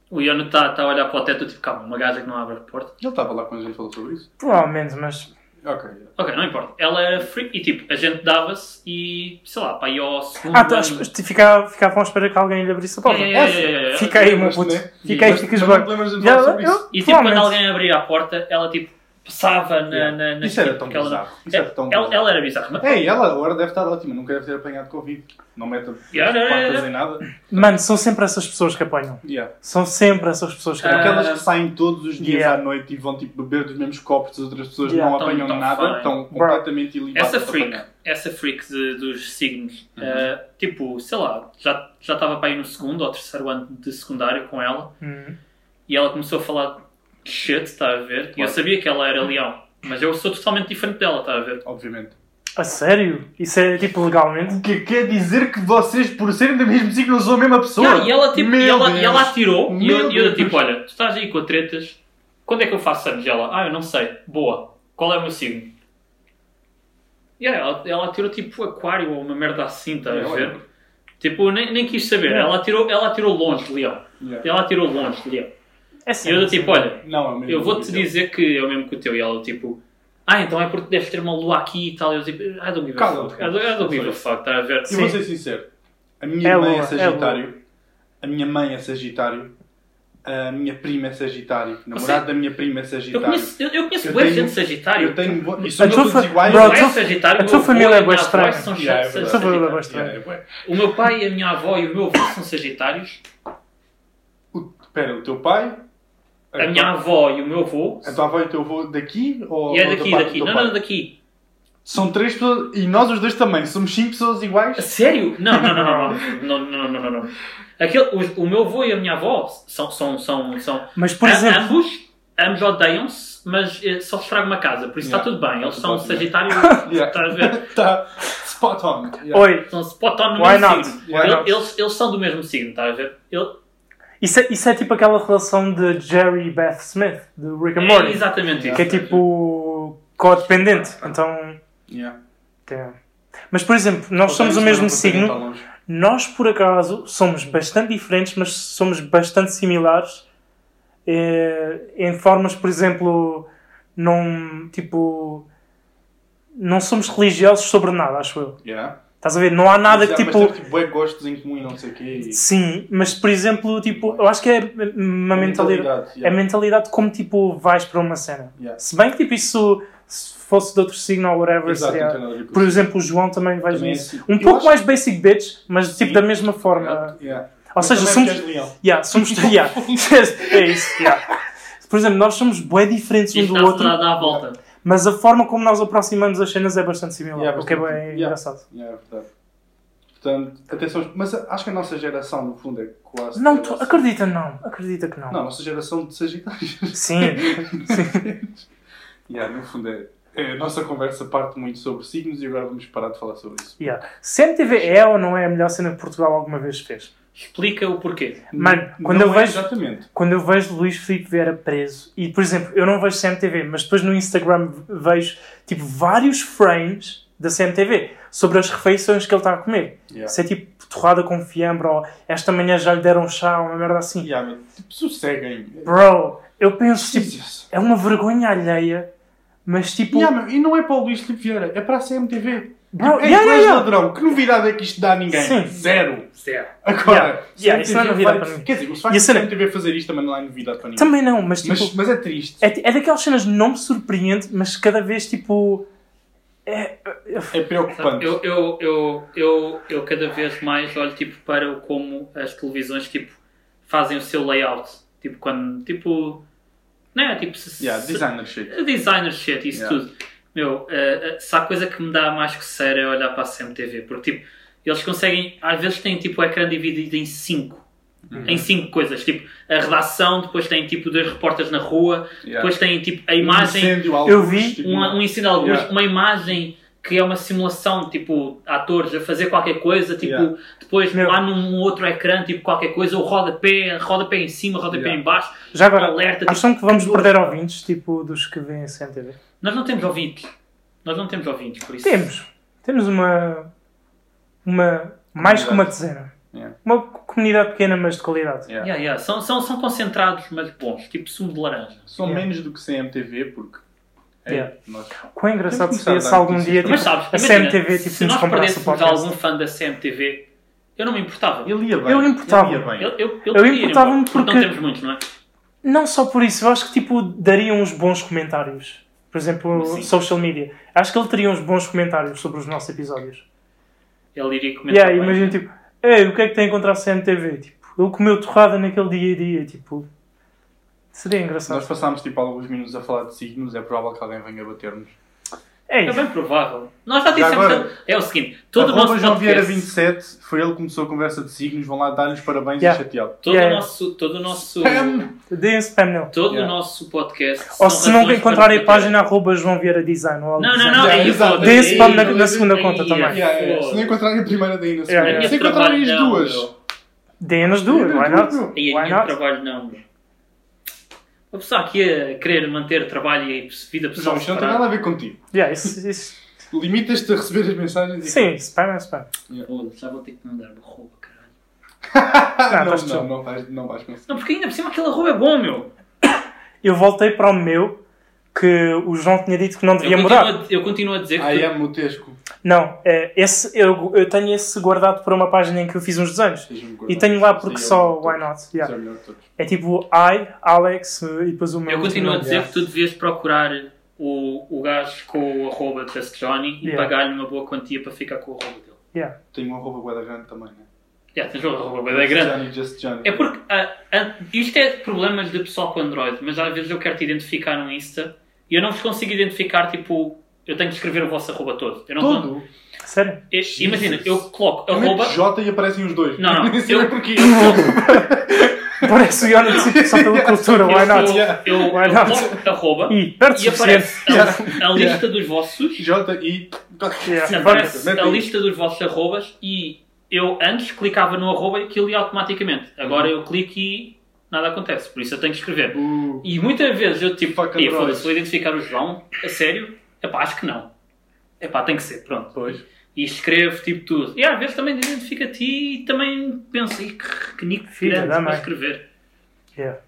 Speaker 3: O Iano está tá a olhar para o teto, tipo, calma, uma gaja que não abre a porta.
Speaker 1: Ele estava lá quando a gente falou sobre isso.
Speaker 2: Provavelmente, mas.
Speaker 1: Ok.
Speaker 3: Ok, não importa. Ela era freak e tipo, a gente dava-se e, sei lá, para aí ao segundo.
Speaker 2: Ah,
Speaker 3: ano-
Speaker 2: tu acho que ficava à espera que alguém lhe abrisse a porta.
Speaker 3: É, é, é, é, é.
Speaker 2: Fica aí, meu
Speaker 1: Lembras-te,
Speaker 2: puto.
Speaker 1: né?
Speaker 2: Fica aí,
Speaker 1: Mas
Speaker 2: ficas
Speaker 1: não
Speaker 2: bem.
Speaker 1: te lembras de
Speaker 2: Já-
Speaker 1: falar sobre
Speaker 2: eu-
Speaker 1: isso?
Speaker 3: E tipo, quando
Speaker 2: provavelmente.
Speaker 3: alguém abria a porta, ela tipo, passava na.
Speaker 1: Yeah.
Speaker 3: na, na
Speaker 1: Isso era
Speaker 3: tipo,
Speaker 1: tão
Speaker 3: que ela-
Speaker 1: bizarro. Isso era tão
Speaker 3: ela,
Speaker 1: bizarro.
Speaker 3: ela era bizarra. Mas,
Speaker 1: Ei, ela agora deve estar ótima, nunca deve ter apanhado Covid. Não mete
Speaker 3: Yeah, yeah, yeah,
Speaker 1: portas
Speaker 3: yeah.
Speaker 1: em nada.
Speaker 2: Mano, são sempre essas pessoas que apanham.
Speaker 1: Yeah.
Speaker 2: São sempre essas pessoas que
Speaker 3: Ah,
Speaker 2: apanham.
Speaker 1: Aquelas que saem todos os dias
Speaker 2: Yeah.
Speaker 1: à noite e vão tipo beber dos mesmos copos, as outras pessoas
Speaker 2: Yeah.
Speaker 1: não
Speaker 3: Tão-
Speaker 1: apanham
Speaker 3: tão
Speaker 1: nada,
Speaker 3: fine.
Speaker 1: estão
Speaker 2: Bro.
Speaker 1: completamente ilibadas.
Speaker 3: Essa
Speaker 1: de
Speaker 3: freak,
Speaker 1: apanhar.
Speaker 3: essa freak de- dos signos, eh, tipo, sei lá, já já estava para ir no segundo ou terceiro ano de secundário com ela
Speaker 2: Hum.
Speaker 3: e ela começou a falar de shit, está a ver? E eu
Speaker 1: Claro.
Speaker 3: sabia que ela era leão, mas eu sou totalmente diferente dela, está a ver?
Speaker 1: Obviamente.
Speaker 2: A sério? Isso é tipo legalmente?
Speaker 1: O que quer dizer que vocês, por serem do mesmo signo, não são a mesma pessoa?
Speaker 3: Yeah, e ela, tipo, e
Speaker 1: Meu
Speaker 3: ela, e
Speaker 1: Deus.
Speaker 3: ela atirou e eu,
Speaker 1: Meu
Speaker 3: e eu
Speaker 1: Deus.
Speaker 3: tipo, olha, tu estás aí com tretas, quando é que eu faço anos? E Ela, ah, eu não sei, boa, qual é o meu signo? E aí ela, ela atirou tipo aquário ou uma merda assim, estás
Speaker 1: É,
Speaker 3: a
Speaker 1: olha. É.
Speaker 3: ver? Tipo, nem, nem quis saber,
Speaker 2: Yeah.
Speaker 3: ela atirou, ela atirou longe de leão.
Speaker 1: Yeah.
Speaker 3: Ela atirou longe de leão.
Speaker 2: É
Speaker 3: E eu tipo, olha,
Speaker 1: Não, é o mesmo
Speaker 3: eu vou-te
Speaker 1: nível.
Speaker 3: dizer que é o mesmo que o teu. E ela tipo, ah, então é porque deves ter uma lua aqui e tal. E eu tipo, ah, don't give a
Speaker 1: Cala-te,
Speaker 3: fuck,
Speaker 1: cara.
Speaker 3: I don't I don't give a fuck, está a ver?
Speaker 1: Eu
Speaker 2: Sim.
Speaker 1: vou ser sincero. A minha
Speaker 2: É
Speaker 1: mãe
Speaker 2: boa,
Speaker 1: é
Speaker 2: é
Speaker 1: Sagitário. a minha mãe é Sagitário. A minha prima é Sagitário. O namorado da minha prima é
Speaker 3: Eu
Speaker 1: Sagitário.
Speaker 3: conheço, eu, eu conheço
Speaker 1: Eu
Speaker 3: bué de
Speaker 1: tenho-
Speaker 3: gente sagitário.
Speaker 1: Eu tenho. bo- E são
Speaker 2: A tua
Speaker 1: todos
Speaker 2: fa-
Speaker 1: iguais.
Speaker 2: Bro,
Speaker 3: Meu pai
Speaker 2: tu-
Speaker 3: é Sagitário,
Speaker 2: a
Speaker 3: o
Speaker 2: tua
Speaker 3: meu
Speaker 2: família
Speaker 3: avô
Speaker 2: é
Speaker 3: e a
Speaker 2: bué
Speaker 3: minha avó
Speaker 2: estranha.
Speaker 3: são
Speaker 1: Yeah, é
Speaker 3: sa-
Speaker 1: verdade.
Speaker 2: A tua família é bué
Speaker 3: sagitários.
Speaker 2: estranha.
Speaker 1: Yeah, é bué.
Speaker 3: O meu pai, a minha avó e o meu avô são sagitários.
Speaker 1: O- Espera, o teu pai.
Speaker 3: A
Speaker 1: Então,
Speaker 3: minha avó e o meu avô.
Speaker 1: A tua avó e o teu avô daqui? Ou,
Speaker 3: E é
Speaker 1: ou da parte é
Speaker 3: daqui,
Speaker 1: do
Speaker 3: daqui.
Speaker 1: teu
Speaker 3: Não,
Speaker 1: pai?
Speaker 3: não, daqui.
Speaker 1: São três pessoas. E nós os dois também. Somos cinco pessoas
Speaker 3: A
Speaker 1: iguais.
Speaker 3: Sério? Não, não, não, não. Não, não, não, não, não. não. Aquele, o, o meu avô e a minha avó são. são, são, são
Speaker 2: Mas por
Speaker 3: a-
Speaker 2: exemplo,
Speaker 3: Ambos, ambos odeiam-se, mas eh, só se traga uma casa. Por isso está
Speaker 1: Yeah.
Speaker 3: tudo bem.
Speaker 1: Tá
Speaker 3: Eles
Speaker 1: tudo
Speaker 3: são
Speaker 1: bem, yeah. <laughs>
Speaker 3: sagitários.
Speaker 1: Yeah.
Speaker 3: Estás a ver?
Speaker 1: <laughs> Tá. Spot on.
Speaker 3: ah.
Speaker 1: Yeah.
Speaker 2: oi,
Speaker 3: São spot on no
Speaker 2: Why
Speaker 3: mesmo
Speaker 2: not?
Speaker 3: signo.
Speaker 1: Why
Speaker 3: Ele-
Speaker 2: not?
Speaker 3: Eles, eles são do mesmo signo, estás a ver? Ele-
Speaker 2: isso é, isso é tipo aquela relação de Jerry e Beth Smith, do Rick and
Speaker 3: é
Speaker 2: Morty,
Speaker 3: exatamente
Speaker 1: Yeah.
Speaker 2: que é
Speaker 3: isso.
Speaker 2: tipo codependente. Então,
Speaker 1: Yeah.
Speaker 2: é. mas por exemplo, nós somos o
Speaker 1: Talvez
Speaker 2: mesmo
Speaker 1: não conseguem
Speaker 2: signo,
Speaker 1: tão longe.
Speaker 2: Nós, por acaso, somos bastante diferentes, mas somos bastante similares eh, em formas, por exemplo, não, tipo, não somos religiosos sobre nada, acho eu.
Speaker 1: Yeah.
Speaker 2: Estás a ver? Não há nada
Speaker 1: Mas,
Speaker 2: que,
Speaker 1: yeah,
Speaker 2: tipo...
Speaker 1: Mas temos tipo bué gostos em comum e não sei o quê. e-
Speaker 2: Sim, mas, por exemplo, tipo, eu acho que é uma mentalidade... É
Speaker 1: yeah.
Speaker 2: A mentalidade de como, tipo, vais para uma cena.
Speaker 1: Yeah.
Speaker 2: Se bem que, tipo, isso se fosse de outro signo ou whatever,
Speaker 1: Exato,
Speaker 2: seria-
Speaker 1: não tem nada a ver com
Speaker 2: é. Por
Speaker 1: isso.
Speaker 2: exemplo, o João também vai
Speaker 1: Também é
Speaker 2: nisso.
Speaker 1: assim.
Speaker 2: Um
Speaker 1: Eu
Speaker 2: pouco
Speaker 1: acho-
Speaker 2: mais basic bitch, mas, tipo,
Speaker 1: Sim. é
Speaker 2: da mesma forma.
Speaker 1: Yeah.
Speaker 2: Ou
Speaker 1: Mas
Speaker 2: seja,
Speaker 1: também
Speaker 2: somos.
Speaker 1: porque és leão.
Speaker 2: Yeah, somos
Speaker 1: <laughs>
Speaker 2: yeah. é isso. yeah. Por exemplo, nós somos bué diferentes um
Speaker 3: Isto
Speaker 2: do
Speaker 3: está-se
Speaker 2: outro,
Speaker 3: a dar a volta.
Speaker 2: mas a forma como nós aproximamos as cenas é bastante similar,
Speaker 1: Yeah,
Speaker 2: o que é bem
Speaker 1: bastante. Yeah.
Speaker 2: engraçado.
Speaker 1: Yeah, é verdade. Portanto, atenção, mas acho que a nossa geração, no fundo, é quase.
Speaker 2: Não,
Speaker 1: toda
Speaker 2: tu,
Speaker 1: essa-
Speaker 2: acredita não, acredita que não.
Speaker 1: Não, a nossa geração de Sagitários.
Speaker 2: Sim, <laughs>
Speaker 1: yeah, no fundo, é, é, a nossa conversa parte muito sobre signos e agora vamos parar de falar sobre isso.
Speaker 2: yeah. Se MTV é ou não é a melhor cena que Portugal alguma vez fez?
Speaker 3: Explica o porquê.
Speaker 2: Mano,
Speaker 1: Não
Speaker 2: quando eu
Speaker 1: é
Speaker 2: vejo-
Speaker 1: Exatamente.
Speaker 2: Quando eu vejo Luís Filipe Vieira preso, e por exemplo, eu não vejo CMTV, mas depois no Instagram vejo tipo vários frames da CMTV sobre as refeições que ele está a comer.
Speaker 1: Yeah.
Speaker 2: Se é tipo torrada com fiambre ou esta manhã já lhe deram chá, uma merda assim.
Speaker 1: Yeah, mas, tipo, sosseguem.
Speaker 2: Bro, eu penso, tipo,
Speaker 1: Jesus.
Speaker 2: é uma vergonha alheia, mas tipo.
Speaker 1: Yeah, mas- e não é para o Luís Filipe Vieira, é para a CMTV.
Speaker 2: Bro,
Speaker 1: Ei,
Speaker 2: yeah,
Speaker 1: tu
Speaker 2: yeah,
Speaker 1: és
Speaker 2: yeah.
Speaker 1: é ladrão, que novidade é que isto dá a ninguém?
Speaker 2: Sim.
Speaker 1: Zero.
Speaker 3: Certo.
Speaker 1: Agora,
Speaker 2: Yeah. Yeah, isso não é
Speaker 1: CMTV
Speaker 2: novidade
Speaker 1: vai-
Speaker 2: para mim.
Speaker 1: Quer dizer, o
Speaker 2: E
Speaker 1: facto
Speaker 2: a
Speaker 1: de
Speaker 2: cena-
Speaker 1: CMTV fazer isto também não é novidade para ninguém.
Speaker 2: Também não, mas tipo.
Speaker 1: Mas, mas é triste.
Speaker 2: É, é daquelas cenas não me surpreende, mas cada vez tipo. É,
Speaker 1: É preocupante.
Speaker 3: Eu, eu, eu, eu, eu cada vez mais olho tipo, para o como as televisões tipo, fazem o seu layout. Tipo, quando. Tipo. Não é? Tipo, se,
Speaker 1: Yeah,
Speaker 3: se-
Speaker 1: designer shit.
Speaker 3: designer shit, isso
Speaker 1: Yeah.
Speaker 3: tudo. Meu, eh, eh, se há coisa que me dá mais coceira é olhar para a CMTV, porque tipo, eles conseguem, às vezes têm tipo o ecrã dividido em cinco.
Speaker 1: Uhum.
Speaker 3: Em cinco coisas, tipo a redação, depois tem tipo dois repórteres na rua,
Speaker 1: Yeah.
Speaker 3: depois tem tipo a
Speaker 1: Um
Speaker 3: imagem,
Speaker 1: incêndio, alguns,
Speaker 2: vi
Speaker 1: tipo,
Speaker 3: um, um ensino de alguns,
Speaker 1: Yeah.
Speaker 3: uma imagem que é uma simulação, tipo atores a fazer qualquer coisa, tipo
Speaker 1: Yeah.
Speaker 3: depois
Speaker 2: Meu.
Speaker 3: lá num outro ecrã, tipo qualquer coisa, o rodapé, rodapé em cima, rodapé
Speaker 1: Yeah.
Speaker 3: em baixo,
Speaker 2: já agora,
Speaker 3: alerta. Tipo,
Speaker 2: acham que vamos perder ouvintes, tipo, dos que vêm a CMTV?
Speaker 3: nós não temos ouvintes, nós não temos ouvintes, por isso.
Speaker 2: Temos. Temos uma. Uma. Mais que uma dezena.
Speaker 1: Yeah.
Speaker 2: Uma comunidade pequena, mas de qualidade.
Speaker 1: Yeah.
Speaker 3: Yeah, yeah. São, são, são concentrados, mas bons, tipo sumo de laranja.
Speaker 1: São
Speaker 2: Yeah.
Speaker 1: menos do que CMTV, porque. é,
Speaker 2: Yeah.
Speaker 1: nós-
Speaker 2: Quão
Speaker 1: Temos
Speaker 2: engraçado
Speaker 1: que
Speaker 2: seria
Speaker 1: começar
Speaker 2: se
Speaker 1: a dar
Speaker 2: algum
Speaker 1: notícias
Speaker 2: dia
Speaker 1: também.
Speaker 2: tipo,
Speaker 3: Mas sabes,
Speaker 2: a
Speaker 3: imagina,
Speaker 2: CMTV tipo,
Speaker 3: se
Speaker 2: nos
Speaker 3: nós
Speaker 2: comprasse o
Speaker 3: perdêssemos
Speaker 2: podcast.
Speaker 3: algum fã da CMTV, eu não me importava. Eu,
Speaker 1: Ele ia bem.
Speaker 2: Eu importava.
Speaker 1: Ele ia bem.
Speaker 3: eu, eu,
Speaker 2: Eu
Speaker 3: queria ir
Speaker 2: importava-me
Speaker 3: embora,
Speaker 2: porque-
Speaker 3: Não temos muitos, não é?
Speaker 2: Não só por isso, eu acho que tipo daria uns bons comentários. Por exemplo,
Speaker 3: Sim.
Speaker 2: social media. Acho que ele teria uns bons comentários sobre os nossos episódios.
Speaker 3: Ele iria comentar.
Speaker 2: Yeah,
Speaker 3: bem.
Speaker 2: imagina tipo, Ei, o que é que tem contra a CMTV? Tipo, ele comeu torrada naquele dia a dia, tipo. Seria
Speaker 1: Nós
Speaker 2: engraçado.
Speaker 1: passámos tipo alguns minutos a falar de signos, é provável que alguém venha bater-nos.
Speaker 2: É
Speaker 3: É
Speaker 2: isso.
Speaker 3: bem provável. Nós já
Speaker 1: Já
Speaker 3: dissemos.
Speaker 1: agora-
Speaker 3: é o seguinte: todo o
Speaker 1: Arroba
Speaker 3: nosso
Speaker 1: João Vieira
Speaker 3: podcast.
Speaker 1: 27, foi ele que começou a conversa de signos, vão lá dar-lhes parabéns
Speaker 2: Yeah.
Speaker 1: e chateá-lo.
Speaker 3: Todo
Speaker 2: Yeah.
Speaker 3: o nosso. Todo o nosso.
Speaker 1: Pam!
Speaker 2: Deem spam nele.
Speaker 3: Todo
Speaker 1: Yeah.
Speaker 3: o nosso podcast.
Speaker 2: Ou
Speaker 3: são
Speaker 2: se não
Speaker 3: razões
Speaker 2: encontrarem
Speaker 3: para-
Speaker 2: a página arroba João Vieira Design ou algo assim. do
Speaker 3: Não, não,
Speaker 2: género.
Speaker 3: não,
Speaker 1: Yeah,
Speaker 3: é isso.
Speaker 1: exato.
Speaker 3: foda-se.
Speaker 2: Dê esse spam na-
Speaker 3: Aí,
Speaker 2: na segunda conta
Speaker 3: aí,
Speaker 2: também.
Speaker 1: Yeah, yeah, yeah. Se não
Speaker 3: foda-se.
Speaker 1: encontrarem a primeira daí na
Speaker 2: Yeah,
Speaker 1: segunda.
Speaker 2: yeah.
Speaker 1: Se encontrarem as
Speaker 3: Trabalho,
Speaker 1: duas.
Speaker 3: não,
Speaker 2: Deem as duas, why not?
Speaker 3: E
Speaker 2: Why
Speaker 3: a
Speaker 2: not?
Speaker 3: minha trabalho não. Uma pessoa aqui a querer manter trabalho e vida pessoal
Speaker 1: Não, isto não tem nada a ver contigo.
Speaker 2: Yeah, isso, isso.
Speaker 1: Limitas-te a receber as mensagens e.
Speaker 2: Sim, spam é spam.
Speaker 3: Foda-se, já vou ter que mandar arroba, caralho.
Speaker 1: Ah,
Speaker 2: Não,
Speaker 1: não,
Speaker 2: estás
Speaker 1: não, não vais, não vais conseguir.
Speaker 3: Não, porque ainda por cima aquele arroba é bom, meu.
Speaker 2: Eu voltei para o meu que o João tinha dito que não
Speaker 1: é
Speaker 2: devia
Speaker 3: eu,
Speaker 2: mudar.
Speaker 3: continuo a, eu continuo a dizer que.
Speaker 1: I
Speaker 3: tu-
Speaker 1: am Mutesco.
Speaker 2: Não, é, esse, eu, eu tenho esse guardado para uma página em que eu fiz uns desenhos. E tenho lá porque só why not.
Speaker 1: Isso é
Speaker 2: yeah.
Speaker 1: o melhor de todos.
Speaker 2: É tipo I, Alex e depois o meu.
Speaker 3: Eu continuo a
Speaker 2: último
Speaker 3: dizer
Speaker 1: yeah.
Speaker 3: que tu devias procurar o, o gajo com o arroba de Ask Johnny e
Speaker 2: Yeah.
Speaker 3: pagar-lhe uma boa quantia para ficar com o arroba dele.
Speaker 2: nome. Yeah.
Speaker 1: Tenho um arroba guarda grande também, né?
Speaker 3: Já, tens o arroba bué da
Speaker 2: ah,
Speaker 3: grande.
Speaker 1: Johnny, just Johnny.
Speaker 3: É porque ah, ah, isto é problemas de pessoal com Android, mas às vezes eu quero te identificar no Insta e eu não vos consigo identificar, tipo, eu tenho que escrever o vosso arroba todo. Eu não
Speaker 1: Todo.
Speaker 2: Sério? <laughs>
Speaker 3: Eu- imagina, eu
Speaker 2: É
Speaker 3: coloco
Speaker 2: um
Speaker 1: Eu meto
Speaker 3: arroba.
Speaker 1: J e aparecem os dois.
Speaker 3: Não,
Speaker 1: <laughs>
Speaker 3: não,
Speaker 1: Nem sei bem
Speaker 3: eu-
Speaker 1: porquê.
Speaker 2: Parece o Ion tipo, só pela cultura,
Speaker 3: <laughs> Eu,
Speaker 2: why not?
Speaker 3: sou-
Speaker 1: Yeah.
Speaker 3: eu, eu
Speaker 2: <laughs> Why not?
Speaker 3: coloco arroba
Speaker 2: Ih,
Speaker 3: e
Speaker 2: perto o suficiente. é
Speaker 3: aparece
Speaker 2: <laughs>
Speaker 3: a, a lista
Speaker 1: Yeah.
Speaker 3: dos vossos
Speaker 1: J e.
Speaker 2: Yeah.
Speaker 3: aparece
Speaker 1: Mete
Speaker 3: a
Speaker 1: aí.
Speaker 3: lista dos vossos arrobas e eu antes clicava no arroba e aquilo ia automaticamente. Agora eu clico e nada acontece. Por isso eu tenho que escrever.
Speaker 1: Uh,
Speaker 3: E muitas vezes eu tipo,
Speaker 1: Fuck
Speaker 3: "Ei,
Speaker 1: Android."
Speaker 3: foda-se, vou identificar o João? A sério? Epá, acho que não. Epá, tem que ser, pronto.
Speaker 1: Pois.
Speaker 3: E escrevo tipo tudo. E às vezes também identifica a ti e também penso, "Ih, que, que nick
Speaker 2: Filha
Speaker 3: grande
Speaker 2: da
Speaker 3: para
Speaker 2: mãe."
Speaker 3: escrever.
Speaker 2: Yeah.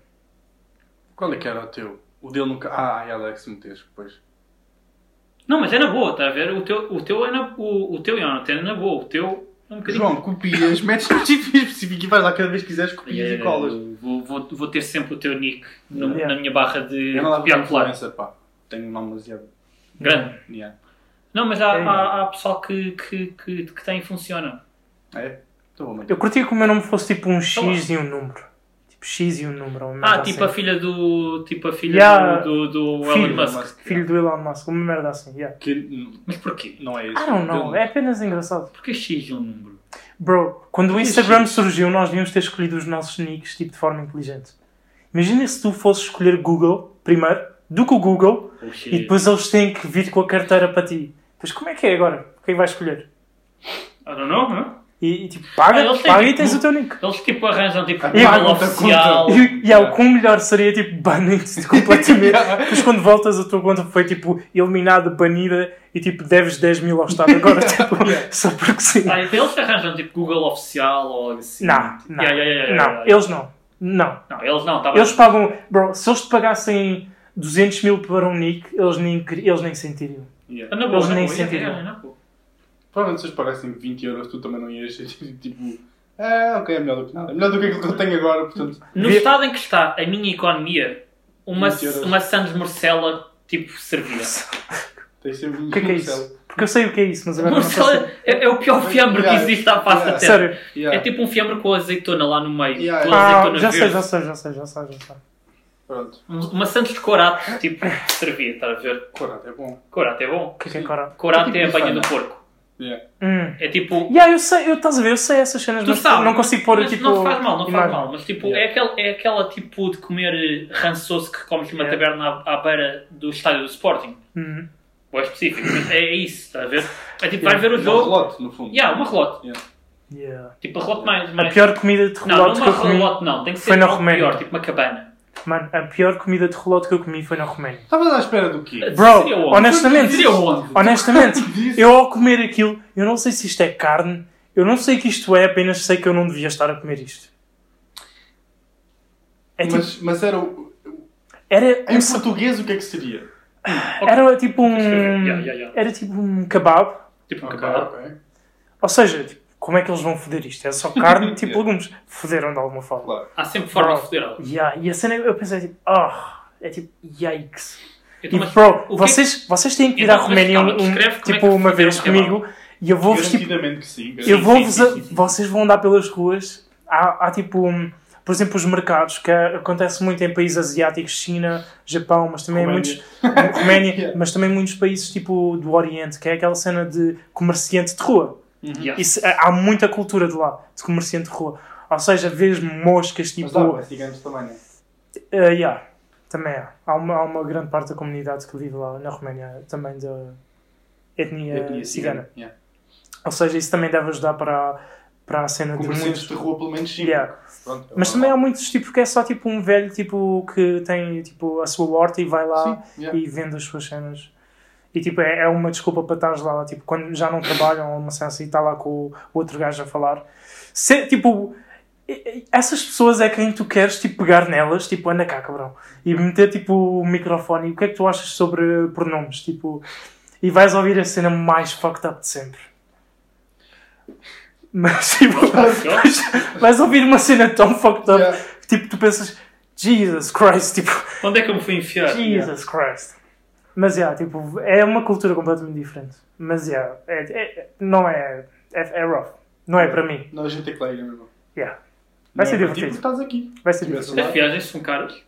Speaker 1: Qual é que era o teu? O dele nunca. Ah, ai, Alex Mutesco, pois.
Speaker 3: Não, mas é na boa, está a ver? O teu, o teu, é na, o, o teu Jonathan é na boa, o teu é um bocadinho.
Speaker 1: João, copias, metes no <laughs> tipo específico e vais lá cada vez que quiseres,
Speaker 2: É,
Speaker 1: copias e
Speaker 3: Eh,
Speaker 1: colas.
Speaker 3: Vou, vou, vou ter sempre o teu nick no-
Speaker 2: Yeah.
Speaker 3: na minha barra
Speaker 2: é,
Speaker 3: de
Speaker 1: Eu não dava para
Speaker 3: copiar colar.
Speaker 1: influencer, pá. Tenho um nome demasiado.
Speaker 3: Grande.
Speaker 1: Yeah.
Speaker 3: Não, mas há,
Speaker 2: É.
Speaker 3: há, há pessoal que, que, que, que tem e funciona.
Speaker 1: É? Estou bom, mano.
Speaker 2: Eu curtia que o meu nome fosse tipo um
Speaker 3: Olá.
Speaker 2: X e um número. Tipo X e um número. ou uma
Speaker 3: Então, Ah,
Speaker 2: merda
Speaker 3: tipo a
Speaker 2: assim.
Speaker 3: filha do. Tipo a filha
Speaker 2: Yeah.
Speaker 3: do, do, do
Speaker 2: Filho.
Speaker 3: Elon Musk.
Speaker 2: Filho do Elon Musk, uma merda assim. Yeah.
Speaker 1: Que n-
Speaker 3: Mas porquê?
Speaker 1: não é isso.
Speaker 2: I don't know,
Speaker 1: Dele-
Speaker 2: é apenas engraçado.
Speaker 3: Porquê X é um número?
Speaker 2: Bro, quando o
Speaker 1: Porquê
Speaker 2: Instagram surgiu, nós devíamos ter escolhido os nossos nicks tipo, de forma inteligente. Imagina se tu fosses escolher Google primeiro, do que o Google,
Speaker 3: Ou X.
Speaker 2: e depois eles têm que vir com a carteira para ti. Pois como é que é agora? O que é que vais escolher?
Speaker 3: I don't know, huh?
Speaker 2: E, e, tipo, paga,
Speaker 3: Ah, eles têm
Speaker 2: paga e
Speaker 3: tipo-
Speaker 2: tens o teu nick.
Speaker 3: Eles tipo arranjam tipo
Speaker 1: Ah,
Speaker 3: um canal
Speaker 1: conta,
Speaker 2: <laughs>
Speaker 3: oficial.
Speaker 1: conta.
Speaker 2: E, e é o quão melhor seria, tipo, banem-te completamente. Mas quando voltas, a tua conta foi, tipo, eliminada, banida e, tipo, deves 10 mil ao Estado agora, tipo, só porque sim.
Speaker 3: Ah, então eles arranjam tipo Google oficial ou algo assim.
Speaker 2: Não,
Speaker 3: Tipo,
Speaker 2: não,
Speaker 3: yeah, yeah, yeah, yeah,
Speaker 2: não,
Speaker 3: yeah.
Speaker 2: eles não. Não.
Speaker 3: Não, eles não, tá bem.
Speaker 2: Eles pagam. Bro, se eles te pagassem 200 mil para um nick, eles nem, quer- eles nem sentiriam.
Speaker 1: Yeah.
Speaker 3: Ah, na boa,
Speaker 2: eles
Speaker 3: na
Speaker 2: nem
Speaker 3: boa,
Speaker 2: sentiram.
Speaker 3: yeah, yeah, na boa.
Speaker 1: Provavelmente se eles pagassem 20 euros, tu também não ias ser <laughs> tipo. Ah, ok, é melhor do que nada. É melhor do que aquilo que eu tenho agora, portanto.
Speaker 3: No
Speaker 2: Vi-
Speaker 3: estado em que está a minha economia, uma,
Speaker 1: Vinte euros.
Speaker 3: uma Sands Marcela tipo servia.
Speaker 1: Tens sempre um
Speaker 2: O que é que é isso? Porque eu sei o que é isso, mas agora não sei.
Speaker 3: Marcela é, é o pior fiambre que
Speaker 1: Yeah.
Speaker 3: existe à face
Speaker 1: Yeah.
Speaker 3: da terra.
Speaker 2: Sério.
Speaker 1: Yeah.
Speaker 3: É tipo um fiambre com azeitona lá no meio.
Speaker 1: Yeah,
Speaker 3: com
Speaker 1: yeah.
Speaker 2: Ah,
Speaker 3: azeitona
Speaker 2: já sei,
Speaker 3: verde.
Speaker 2: já sei, já sei, já sei, já sei.
Speaker 1: Pronto.
Speaker 3: Um- Uma Santos de Corato tipo servia, está a ver?
Speaker 1: Corado, é bom.
Speaker 3: Corato é bom.
Speaker 2: O que é que é cora?
Speaker 3: Corato é a
Speaker 1: Tipo
Speaker 3: banha
Speaker 1: bifana.
Speaker 3: do porco.
Speaker 1: Yeah.
Speaker 2: Hum.
Speaker 3: É tipo.
Speaker 2: Yeah, eu sei, eu, estás a ver, eu sei essas cenas,
Speaker 3: Tu
Speaker 2: mas
Speaker 3: sabes,
Speaker 2: não consigo pôr
Speaker 3: mas
Speaker 2: tipo.
Speaker 3: Não faz mal, não faz
Speaker 2: imagem.
Speaker 3: mal. Mas tipo,
Speaker 1: Yeah.
Speaker 3: é, aquela, é aquela tipo de comer eh, rançoso que comes numa
Speaker 2: Yeah.
Speaker 3: taberna à, à beira do estádio do Sporting.
Speaker 2: Hum.
Speaker 3: Ou é específico, mas é isso, está a ver? É tipo,
Speaker 2: Yeah.
Speaker 3: vais ver o
Speaker 1: Um
Speaker 3: jogo.
Speaker 1: relote, no fundo.
Speaker 3: Yeah, uma relote.
Speaker 2: Yeah.
Speaker 3: Tipo, a relote mais.
Speaker 2: A
Speaker 3: mais...
Speaker 2: pior comida de
Speaker 3: não, não
Speaker 2: relote que
Speaker 3: uma
Speaker 2: eu comi.
Speaker 3: relote, não. Tem que ser
Speaker 2: Foi na
Speaker 3: algo
Speaker 2: Roménia.
Speaker 3: pior, tipo uma cabana.
Speaker 2: Mano, a pior comida de relote que eu comi foi
Speaker 1: <laughs>
Speaker 2: na Roménia.
Speaker 1: Estavas à espera do quê?
Speaker 2: Bro,
Speaker 3: Seria onde?
Speaker 2: honestamente,
Speaker 3: Seria onde?
Speaker 2: honestamente,
Speaker 1: Diz.
Speaker 2: eu ao comer aquilo, eu não sei se isto é carne, eu não sei que isto é, apenas sei que eu não devia estar a comer isto. É tipo,
Speaker 1: Mas, mas era. o-
Speaker 2: era,
Speaker 1: Em
Speaker 2: um sa-
Speaker 1: português, o que é que seria?
Speaker 2: era tipo um,
Speaker 3: Yeah, yeah, yeah.
Speaker 2: era tipo um kebab,
Speaker 3: Tipo uma
Speaker 1: Ok,
Speaker 3: cabana.
Speaker 1: ok.
Speaker 2: ou seja, tipo, como é que eles vão foder isto?
Speaker 1: <laughs>
Speaker 2: É só carne, tipo
Speaker 1: Yeah.
Speaker 2: legumes, foderam de alguma forma.
Speaker 1: Claro.
Speaker 3: Há sempre forma
Speaker 2: Bro.
Speaker 3: de foder algo.
Speaker 2: Yeah, e a cena eu pensei tipo, oh, é tipo, yikes.
Speaker 3: Eu
Speaker 2: E,
Speaker 3: tô- mas
Speaker 2: bro,
Speaker 3: o que é
Speaker 2: vocês, vocês têm que ir
Speaker 3: Então,
Speaker 2: à
Speaker 3: mas
Speaker 2: Roménia
Speaker 3: calma,
Speaker 2: um-
Speaker 3: descreve como é que
Speaker 2: tipo uma
Speaker 3: fizeram
Speaker 2: vez
Speaker 3: o kebab.
Speaker 2: comigo e eu vou-vos tipo
Speaker 1: Garantidamente que sim.
Speaker 2: Eu
Speaker 3: Sim,
Speaker 2: vou-vos.
Speaker 3: sim,
Speaker 2: a-
Speaker 3: sim, sim, sim.
Speaker 2: Vocês vão andar pelas ruas. Há, há tipo. um- por exemplo, os mercados, que é, acontece muito em países asiáticos, China, Japão, mas também em
Speaker 1: Roménia.
Speaker 2: muitos.
Speaker 3: <laughs>
Speaker 2: Roménia,
Speaker 1: Yeah.
Speaker 2: mas também muitos países tipo do Oriente, que é aquela cena de comerciante de rua.
Speaker 3: Yeah.
Speaker 2: Isso, é, há- há muita cultura de lá, de comerciante de rua. Ou seja, vês moscas tipo.
Speaker 1: Mas dá para ciganos também, né?
Speaker 2: Eh, yeah, também há. Há uma, há uma grande parte da comunidade que vive lá na Roménia, também da etnia,
Speaker 1: Etnia
Speaker 2: cigana.
Speaker 1: cigana, yeah.
Speaker 2: Ou seja, isso também deve ajudar para, a- para a cena de
Speaker 1: Comerciantes
Speaker 2: muitos.
Speaker 1: de rua, pelo menos, sim.
Speaker 2: Yeah.
Speaker 1: Pronto, é
Speaker 2: Mas
Speaker 1: o
Speaker 2: também há
Speaker 1: normal.
Speaker 2: muitos tipo que é só tipo um velho tipo que tem tipo a sua horta e vai lá
Speaker 1: Sim, yeah.
Speaker 2: e vende as suas cenas. E tipo, é, é uma desculpa para estares lá, tipo, quando já não trabalham ou uma cena assim, está lá com o outro gajo a falar. Se, tipo, e- e- essas pessoas é quem tu queres tipo, pegar nelas, tipo, anda cá, cabrão, e meter tipo o microfone. E o que é que tu achas sobre pronomes? Tipo, e vais ouvir a cena mais fucked up de sempre. Mas
Speaker 1: <laughs>
Speaker 2: tipo, vais, <laughs> vais ouvir uma cena tão fucked up
Speaker 1: Yeah.
Speaker 2: que tipo, tu pensas, Jesus Christ, tipo,
Speaker 3: Onde é que eu me fui enfiar?
Speaker 2: Jesus Christ. Mas yeah, tipo, é uma cultura completamente diferente. Mas yeah, é, é- não é, é. É rough. Não é para mim.
Speaker 1: Não, a gente é colega, meu irmão.
Speaker 2: Yeah. Vai
Speaker 1: Não
Speaker 2: ser
Speaker 1: é para ti
Speaker 2: divertido.
Speaker 1: porque estás aqui.
Speaker 2: Vai ser
Speaker 1: Tivesse
Speaker 2: difícil.
Speaker 1: lá.
Speaker 3: As viagens são caras.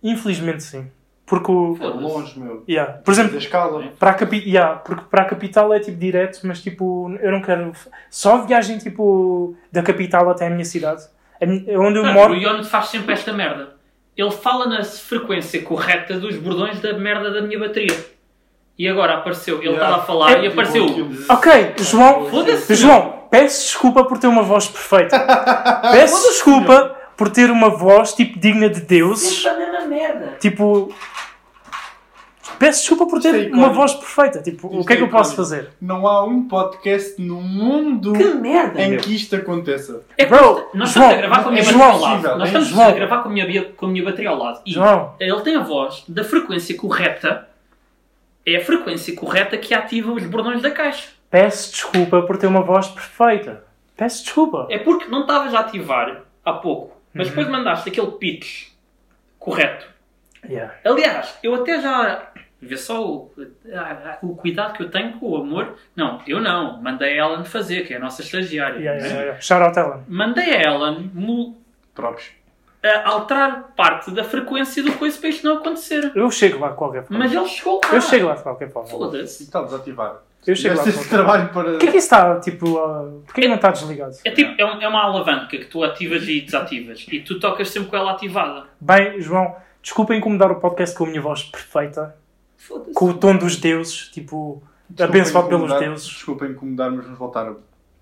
Speaker 2: Infelizmente sim. Porque o.
Speaker 1: É longe, meu.
Speaker 2: Yeah. Por exemplo,
Speaker 1: Da escala.
Speaker 2: para a, capi yeah, porque para a capital é tipo direto, mas tipo, eu não quero. Só viagem tipo da capital até a minha cidade. A minha- Onde eu
Speaker 1: Ah,
Speaker 3: Cara,
Speaker 2: moro.
Speaker 3: O Ione faz sempre esta merda. Ele fala na frequência correta dos bordões da merda da minha bateria. E agora apareceu. Ele
Speaker 1: Yeah.
Speaker 3: estava a falar
Speaker 2: É
Speaker 3: e
Speaker 1: Tipo,
Speaker 3: apareceu.
Speaker 1: aquilo.
Speaker 2: Ok, João,
Speaker 3: Foda-se.
Speaker 2: João, peço desculpa por ter uma voz
Speaker 1: <laughs>
Speaker 2: perfeita. Peço desculpa por ter uma voz tipo digna de deuses.
Speaker 3: Sempre é a mesma merda.
Speaker 2: Tipo. Peço desculpa por
Speaker 1: Isto é
Speaker 2: ter
Speaker 1: icónico.
Speaker 2: uma voz perfeita. Tipo,
Speaker 1: Isto
Speaker 2: o que é
Speaker 1: é
Speaker 2: que eu posso
Speaker 1: icónico.
Speaker 2: fazer?
Speaker 1: Não há um podcast no mundo
Speaker 3: Que merda.
Speaker 1: em
Speaker 3: meu.
Speaker 1: que isto aconteça.
Speaker 3: É que
Speaker 2: É Bro,
Speaker 3: nós
Speaker 2: João,
Speaker 3: estamos a gravar com a minha
Speaker 1: é
Speaker 3: bateria ao
Speaker 1: João,
Speaker 3: lado. Nós
Speaker 1: é
Speaker 3: estamos
Speaker 2: João.
Speaker 3: a gravar com a minha, bia- com a minha bateria ao lado. E
Speaker 2: João.
Speaker 3: ele tem a voz da frequência correta. É a frequência correta que ativa os bordões da caixa.
Speaker 2: Peço desculpa por ter uma voz perfeita. Peço desculpa.
Speaker 3: É porque não estavas a ativar há pouco, mas
Speaker 2: Uhum.
Speaker 3: depois mandaste aquele pitch correto.
Speaker 2: Yeah.
Speaker 3: Aliás, eu até já. Vê só o, ah, ah, o cuidado que eu tenho com o amor. Não, eu não. Mandei a Ellen fazer, que é a nossa estagiária.
Speaker 2: Yeah,
Speaker 3: né?
Speaker 2: yeah, yeah. Shout out Ellen.
Speaker 3: Mandei a Ellen mu-
Speaker 1: Próprios.
Speaker 3: a alterar parte da frequência do coisa para isto não acontecer.
Speaker 2: Eu chego lá de qualquer forma.
Speaker 3: Mas ele chegou lá.
Speaker 2: Eu chego lá de qualquer forma.
Speaker 1: E tá
Speaker 3: Foda-se.
Speaker 1: está desativado.
Speaker 2: Eu chego lá
Speaker 1: Deve
Speaker 2: de
Speaker 1: ser
Speaker 2: qualquer
Speaker 1: esse trabalho para...
Speaker 2: O que é que isso está, tipo. Uh... Porquê que não está desligado?
Speaker 3: É, tipo, é, um- é uma alavanca que tu ativas e desativas. E tu tocas sempre com ela ativada.
Speaker 2: Bem, João, desculpa incomodar o podcast com a minha voz perfeita,
Speaker 3: Foda-se.
Speaker 2: com o tom dos deuses, tipo,
Speaker 1: Desculpa
Speaker 2: abençoado pelos
Speaker 1: incomodar-
Speaker 2: deuses.
Speaker 1: Desculpa incomodar, mas vamos voltar. a-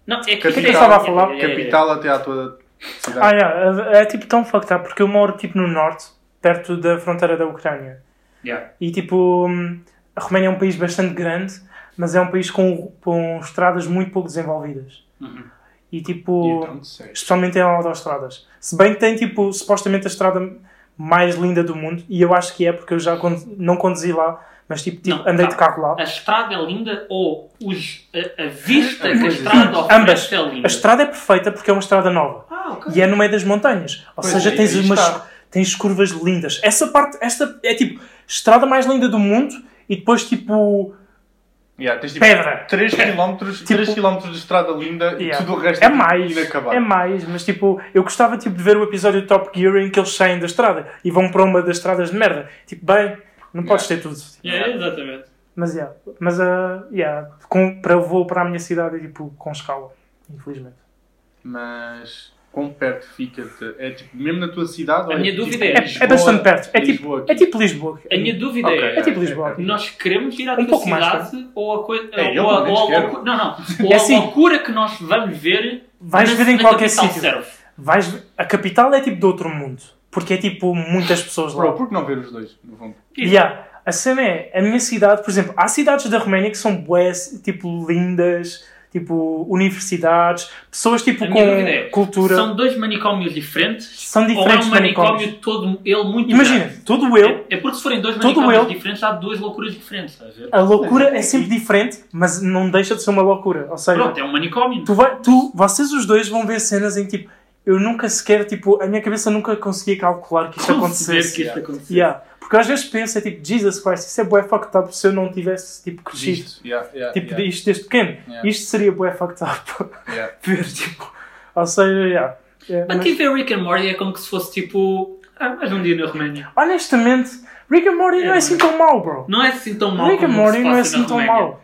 Speaker 3: Não, é que
Speaker 1: Capital.
Speaker 3: isto é-
Speaker 1: Eu estava
Speaker 2: a falar
Speaker 3: É, é, é, é.
Speaker 1: Capital até à tua cidade.
Speaker 2: Ah, yeah, é, é tipo tão fucked up, porque eu moro tipo no norte, perto da fronteira da Ucrânia.
Speaker 3: Yeah.
Speaker 2: E tipo, hum, a Roménia é um país bastante grande, mas é um país com, com estradas muito pouco desenvolvidas.
Speaker 3: Uhum.
Speaker 2: E
Speaker 1: E
Speaker 2: tipo,
Speaker 1: então, sério.
Speaker 2: especialmente em autoestradas. Se bem que tem tipo, supostamente a estrada mais linda do mundo, e eu acho que é, porque eu já condu- não conduzi lá, mas tipo, tipo
Speaker 3: Não,
Speaker 2: andei
Speaker 3: tá.
Speaker 2: de carro lá.
Speaker 3: A estrada é linda ou os, a, a vista que a
Speaker 1: Pois é.
Speaker 3: estrada
Speaker 2: Ah, Ambas.
Speaker 3: oferece é linda?
Speaker 2: A estrada é perfeita porque é uma estrada nova.
Speaker 3: Ah, ok.
Speaker 2: E é no meio das montanhas. Ou
Speaker 1: Pois
Speaker 2: seja,
Speaker 1: é,
Speaker 2: tens
Speaker 1: aí
Speaker 2: umas
Speaker 1: está.
Speaker 2: tens curvas lindas. Essa parte, esta é tipo estrada mais linda do mundo e depois tipo
Speaker 1: Yeah, tens tipo
Speaker 2: pedra.
Speaker 1: 3 km,
Speaker 2: Tipo-
Speaker 1: de estrada linda e
Speaker 2: Yeah.
Speaker 1: tudo o resto
Speaker 2: É
Speaker 1: tipo
Speaker 2: mais,
Speaker 1: inacabado.
Speaker 2: é mais, mas tipo, eu gostava tipo, de ver o episódio do Top Gear em que eles saem da estrada e vão para uma das estradas de merda. Tipo, bem, não podes ter tudo.
Speaker 3: É, exatamente.
Speaker 2: Mas, yeah, mas ah, yeah, com, para eu vou para a minha cidade tipo, com escala, infelizmente.
Speaker 1: Mas quão perto fica-te? É tipo mesmo na tua cidade? ou
Speaker 3: A minha
Speaker 1: tipo,
Speaker 3: dúvida é-
Speaker 2: É,
Speaker 1: Lisboa-
Speaker 2: é bastante perto. É tipo,
Speaker 1: Lisboa aqui?
Speaker 2: é tipo Lisboa.
Speaker 3: A minha dúvida
Speaker 1: Ok.
Speaker 3: é,
Speaker 2: É tipo Lisboa. aqui.
Speaker 3: nós queremos ir à
Speaker 2: Um
Speaker 3: tua
Speaker 2: pouco mais,
Speaker 3: cidade ou a coisa...
Speaker 1: É, eu
Speaker 3: ou a,
Speaker 1: pelo menos
Speaker 3: ou a
Speaker 1: quero.
Speaker 3: loucura...
Speaker 2: <laughs>
Speaker 3: Não, não. Ou a
Speaker 2: assim,
Speaker 3: loucura que nós vamos ver...
Speaker 2: vais
Speaker 3: na-
Speaker 2: ver em
Speaker 3: na
Speaker 2: qualquer
Speaker 3: capital
Speaker 2: sítio.
Speaker 3: serve.
Speaker 2: Vais, ver- a capital é tipo de outro mundo. Porque é tipo muitas pessoas lá.
Speaker 1: Bro, por que não ver os dois? No fundo?
Speaker 3: Isso.
Speaker 2: Yeah. A cena é, a minha cidade, por exemplo, há cidades da Roménia que são bués, tipo, lindas, tipo, universidades, pessoas tipo
Speaker 3: A
Speaker 2: com
Speaker 3: minha dúvida é,
Speaker 2: cultura.
Speaker 3: São dois manicômios diferentes?
Speaker 2: São
Speaker 3: ou é
Speaker 2: diferentes
Speaker 3: um manicômio
Speaker 2: manicômios.
Speaker 3: todo ele muito
Speaker 2: Imagina,
Speaker 3: grande?
Speaker 2: todo eu,
Speaker 3: É, é porque se forem dois
Speaker 2: Todo
Speaker 3: manicômios
Speaker 2: eu.
Speaker 3: diferentes, há duas loucuras diferentes. Estás a ver?
Speaker 2: a loucura é sempre diferente, mas não deixa de ser uma loucura. Ou seja,
Speaker 3: Pronto, é um manicômio.
Speaker 2: tu vai, tu, vocês os dois vão ver cenas em que, tipo, eu nunca sequer, tipo, a minha cabeça nunca conseguia calcular que isto acontecesse.
Speaker 3: que isto acontecesse.
Speaker 2: Yeah. Porque eu às vezes penso, é tipo, Jesus Christ, isso é bué fucked up se eu não tivesse, tipo, crescido.
Speaker 1: Disto. Yeah, yeah,
Speaker 2: Tipo,
Speaker 1: yeah,
Speaker 2: isto desde pequeno.
Speaker 1: Yeah.
Speaker 2: Isto seria bué fucked up. <laughs>
Speaker 1: yeah.
Speaker 2: Ver, tipo... Ou seja, yeah. É, mas-
Speaker 3: Mantive a Rick and Morty é como que se fosse tipo. Ah, mais um dia na Romênia.
Speaker 2: honestamente, Rick and Morty não é assim tão mau, bro.
Speaker 3: Não é assim tão mal.
Speaker 2: Rick and
Speaker 3: como o que
Speaker 2: Morty
Speaker 3: se
Speaker 2: não é
Speaker 3: passa
Speaker 2: assim
Speaker 3: na
Speaker 2: tão
Speaker 3: Romênia.
Speaker 2: mau.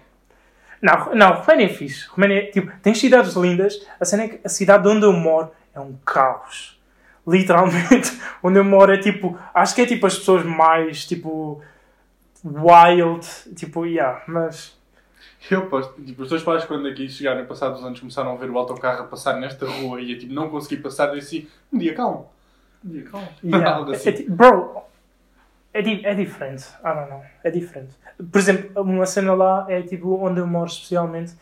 Speaker 2: Não, não, Romênia é fixe. Romênia, é- tipo, tem cidades lindas. A cena é que a cidade onde eu moro é um caos. Literalmente, <laughs> onde eu moro é tipo, acho que é tipo as pessoas mais, tipo, wild, tipo, yeah, mas...
Speaker 1: Eu posto, tipo, os dois pais quando aqui chegaram passados anos começaram a ver o autocarro a passar nesta rua e eu tipo, não consegui passar desse um dia calmo.
Speaker 3: Um
Speaker 2: Yeah.
Speaker 1: <laughs> Algo assim.
Speaker 2: É ti- bro, é, di- é diferente. I don't know. É diferente. Por exemplo, uma cena lá é tipo onde eu moro especialmente.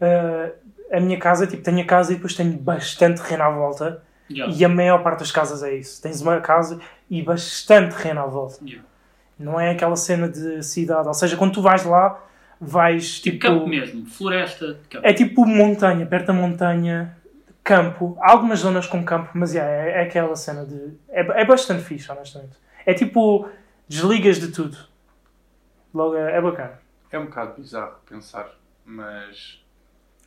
Speaker 2: eh, a minha casa, tipo, tenho a casa e depois tenho bastante terreno à volta.
Speaker 3: Yeah.
Speaker 2: E é, a maior parte das casas é isso. Tens uma casa e bastante terreno à volta.
Speaker 3: Yeah.
Speaker 2: Não é aquela cena de cidade. Ou seja, quando tu vais lá, vais
Speaker 3: Tipo
Speaker 2: tipo.
Speaker 3: campo mesmo, floresta, campo.
Speaker 2: É tipo montanha, perto da montanha, campo. Há algumas zonas com campo, mas yeah, é, é aquela cena de. É, ba- é bastante fixe, honestamente. É tipo. Desligas de tudo. Logo é, é bacana.
Speaker 1: É um bocado bizarro pensar, mas.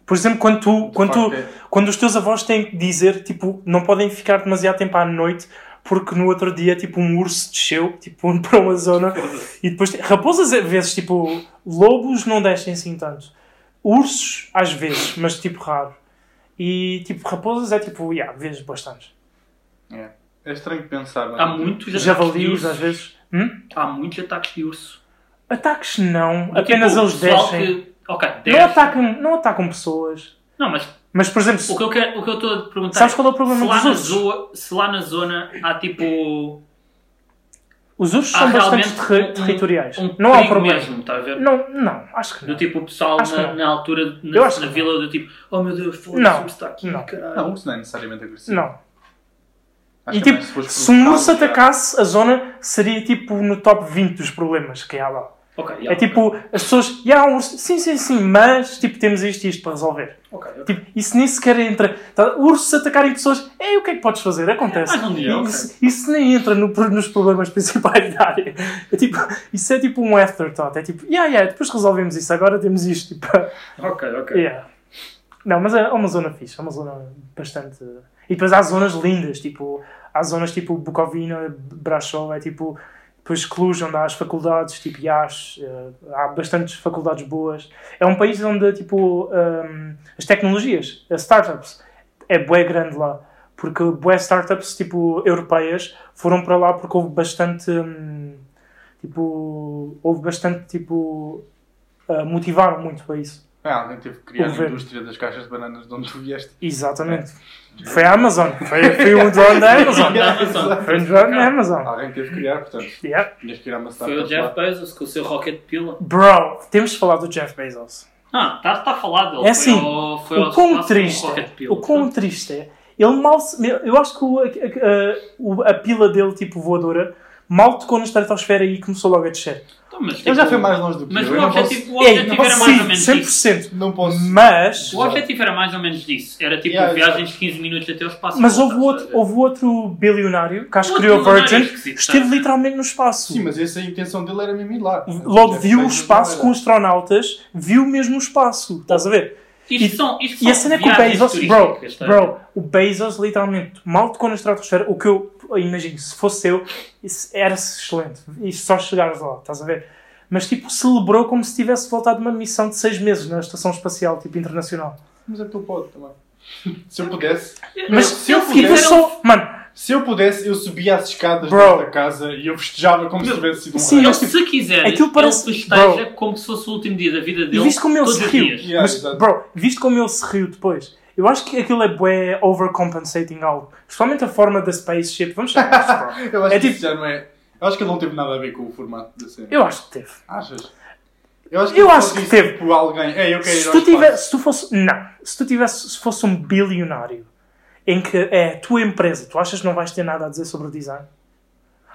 Speaker 2: Por exemplo, quando tu.
Speaker 1: de
Speaker 2: Quando, tu-
Speaker 1: facto, é-
Speaker 2: quando os teus avós têm que dizer, tipo, não podem ficar demasiado tempo à noite. Porque no outro dia, tipo, um urso desceu, tipo, <laughs> para uma zona. E depois, raposas às vezes, tipo, lobos não descem assim tanto. Ursos, às vezes, mas tipo raro. E tipo, raposas é tipo, yeah, vezes bastantes.
Speaker 1: é, é estranho pensar. mas-
Speaker 3: Há muitos ataques de
Speaker 2: Javalis,
Speaker 3: urso.
Speaker 2: às vezes. Hum?
Speaker 3: Há muitos ataques de urso.
Speaker 2: Ataques não, apenas
Speaker 3: Tipo,
Speaker 2: eles
Speaker 3: pessoal
Speaker 2: descem.
Speaker 3: que- Ok,
Speaker 2: Não, é
Speaker 3: desce.
Speaker 2: atacam, não atacam pessoas.
Speaker 3: Não, mas
Speaker 2: Mas, por exemplo, se-
Speaker 3: o que eu quero- o que eu estou a perguntar
Speaker 2: sabes
Speaker 3: é,
Speaker 2: qual é o problema
Speaker 3: se lá,
Speaker 2: dos
Speaker 3: na
Speaker 2: ursos?
Speaker 3: zoa, se lá na zona há tipo.
Speaker 2: Os ursos
Speaker 3: há
Speaker 2: são
Speaker 3: realmente
Speaker 2: bastante terri-
Speaker 3: um-
Speaker 2: territoriais.
Speaker 3: um
Speaker 2: não há um
Speaker 3: perigo
Speaker 2: problema.
Speaker 3: mesmo, está a ver?
Speaker 2: Não, não, acho que
Speaker 3: Do
Speaker 2: não.
Speaker 3: tipo, o pessoal
Speaker 2: Acho que
Speaker 3: na,
Speaker 2: não.
Speaker 3: na altura,
Speaker 2: Eu
Speaker 3: na,
Speaker 2: acho
Speaker 3: na
Speaker 2: que
Speaker 3: vila, do tipo, oh meu Deus, foda-se,
Speaker 2: Não.
Speaker 3: o urso está aqui,
Speaker 2: Não.
Speaker 3: caralho.
Speaker 1: Não, isso não é necessariamente agressivo.
Speaker 2: Não.
Speaker 1: Acho
Speaker 2: E
Speaker 1: que é
Speaker 2: tipo,
Speaker 1: mais fosse
Speaker 2: se um urso
Speaker 1: provocado, já.
Speaker 2: atacasse, a zona seria tipo no top 20 dos problemas que há lá.
Speaker 3: Ok, yeah,
Speaker 2: É tipo, as pessoas, "Ya, um urso, sim, sim, sim, mas tipo, temos isto e isto para resolver.
Speaker 3: ok, ok.
Speaker 2: Tipo, isso nem sequer entra. Tá, ursos atacarem pessoas, é o que é que podes fazer? Acontece.
Speaker 3: mais um dia, ok.
Speaker 2: isso, isso nem entra no- nos problemas principais da área. É tipo, isso é tipo um afterthought. É tipo, yeah, yeah, depois resolvemos isso, agora temos isto. Tipo, É.
Speaker 3: Ok, ok.
Speaker 2: yeah. Não, mas é uma zona fixe, é uma zona bastante. E depois há zonas lindas, tipo, há zonas tipo Bucovina, Brasov, é tipo. Depois Cluj, onde há as faculdades, tipo IAS, eh, há bastantes faculdades boas. É um país onde, tipo, hum, as tecnologias, as startups, é bué grande lá. Porque bué startups, tipo, europeias, foram para lá porque houve bastante, hum, tipo, houve bastante, tipo, eh, motivaram muito para isso.
Speaker 1: É, alguém teve que criar
Speaker 2: O
Speaker 1: a
Speaker 2: governo.
Speaker 1: indústria das caixas de bananas de onde tu vieste.
Speaker 2: Exatamente.
Speaker 1: É.
Speaker 2: Foi a Amazon. Foi, foi um drone da Amazon.
Speaker 3: da
Speaker 2: <laughs>
Speaker 3: Amazon.
Speaker 1: Exato.
Speaker 2: Foi um drone da Amazon.
Speaker 1: Alguém teve que criar, portanto,
Speaker 2: Yeah.
Speaker 1: tinhas que ir a uma
Speaker 3: Foi o
Speaker 1: startup
Speaker 3: Jeff
Speaker 1: lá.
Speaker 3: Bezos com o seu rocket pila.
Speaker 2: Bro, temos de falar do Jeff Bezos.
Speaker 3: Ah, está tá falado.
Speaker 2: É assim,
Speaker 3: ao- foi
Speaker 2: O
Speaker 3: ao
Speaker 2: quão
Speaker 3: espaço com
Speaker 2: triste
Speaker 3: um
Speaker 2: é.
Speaker 3: rocket pila.
Speaker 2: O quão triste é. Ele mal se... meu, Eu acho que o- a, a- o- a pila dele, tipo voadora, mal tocou na estratosfera e começou logo a descer.
Speaker 3: Então, mas, tipo,
Speaker 1: Ele já foi mais longe do que
Speaker 3: Mas
Speaker 1: eu.
Speaker 3: o
Speaker 1: Eu não posso.
Speaker 3: objetivo, o objetivo
Speaker 2: Ei,
Speaker 3: era mais
Speaker 2: sim,
Speaker 3: ou menos isso.
Speaker 2: 100%.
Speaker 1: Não posso.
Speaker 2: Mas...
Speaker 3: O objetivo era mais ou menos disso. Era tipo
Speaker 1: Yeah,
Speaker 3: viagens de 15 minutos até o espaço.
Speaker 2: Mas
Speaker 3: e
Speaker 2: houve
Speaker 3: voltar,
Speaker 2: outro,
Speaker 3: sabe?
Speaker 2: houve outro bilionário, que acho que
Speaker 3: Outro
Speaker 2: criou a
Speaker 3: bilionário
Speaker 2: Virgin,
Speaker 3: esquisito,
Speaker 2: que esteve
Speaker 3: sabe?
Speaker 2: literalmente no espaço.
Speaker 1: Sim, mas essa a intenção dele era mesmo ir lá.
Speaker 2: Logo
Speaker 1: Já
Speaker 2: viu o
Speaker 1: fez,
Speaker 2: espaço
Speaker 1: não
Speaker 2: com
Speaker 1: era.
Speaker 2: astronautas, viu mesmo o espaço, estás a ver?
Speaker 3: Isto são, isto
Speaker 2: E a
Speaker 3: são
Speaker 2: cena é que o
Speaker 3: viagens
Speaker 2: Bezos, bro,
Speaker 3: turísticas, tá? sabe?
Speaker 2: bro, o Bezos literalmente mal tocou na estratosfera, o que eu imagino, se fosse eu, isso era excelente, e só chegares lá, estás a ver? Mas tipo, celebrou como se tivesse voltado de uma missão de seis meses na Estação Espacial, tipo, internacional.
Speaker 1: Mas é que tu pode também. <laughs> Se eu pudesse,
Speaker 2: Mas
Speaker 1: se eu
Speaker 2: e
Speaker 1: pudesse-
Speaker 2: depois
Speaker 3: um
Speaker 2: só, mano,
Speaker 1: se eu pudesse, eu subia as escadas
Speaker 2: Bro.
Speaker 1: desta casa e eu festejava como se
Speaker 3: Meu,
Speaker 1: tivesse sido um
Speaker 2: sim,
Speaker 1: rei.
Speaker 3: Ele,
Speaker 2: mas, tipo,
Speaker 3: se quiser,
Speaker 2: aquilo parece-
Speaker 3: ele festeja
Speaker 2: bro.
Speaker 3: como se fosse o último dia da vida
Speaker 2: e
Speaker 3: dele.
Speaker 2: viste como ele
Speaker 3: todos
Speaker 2: se
Speaker 3: os
Speaker 2: riu,
Speaker 3: dias.
Speaker 1: Yeah,
Speaker 2: mas,
Speaker 1: exato.
Speaker 2: bro, viste como ele se riu depois. Eu acho que aquilo é bué overcompensating algo. Especialmente a forma da spaceship. Vamos chamar isso, bro.
Speaker 1: <laughs> Eu acho
Speaker 2: É
Speaker 1: que
Speaker 2: tipo-
Speaker 1: isso já não é. Eu acho que ele não teve nada a ver com o formato da cena.
Speaker 2: Eu acho que teve.
Speaker 1: Achas? Eu acho que,
Speaker 2: Eu
Speaker 1: ele
Speaker 2: acho
Speaker 1: só
Speaker 2: que
Speaker 1: disse,
Speaker 2: teve.
Speaker 1: Tipo, alguém. Ei, eu quero ir
Speaker 2: se
Speaker 1: ao
Speaker 2: tu
Speaker 1: espaço."
Speaker 2: tivesse, se tu fosse, não, se tu tivesse, se fosse um bilionário em que é a tua empresa, tu achas que não vais ter nada a dizer sobre o design?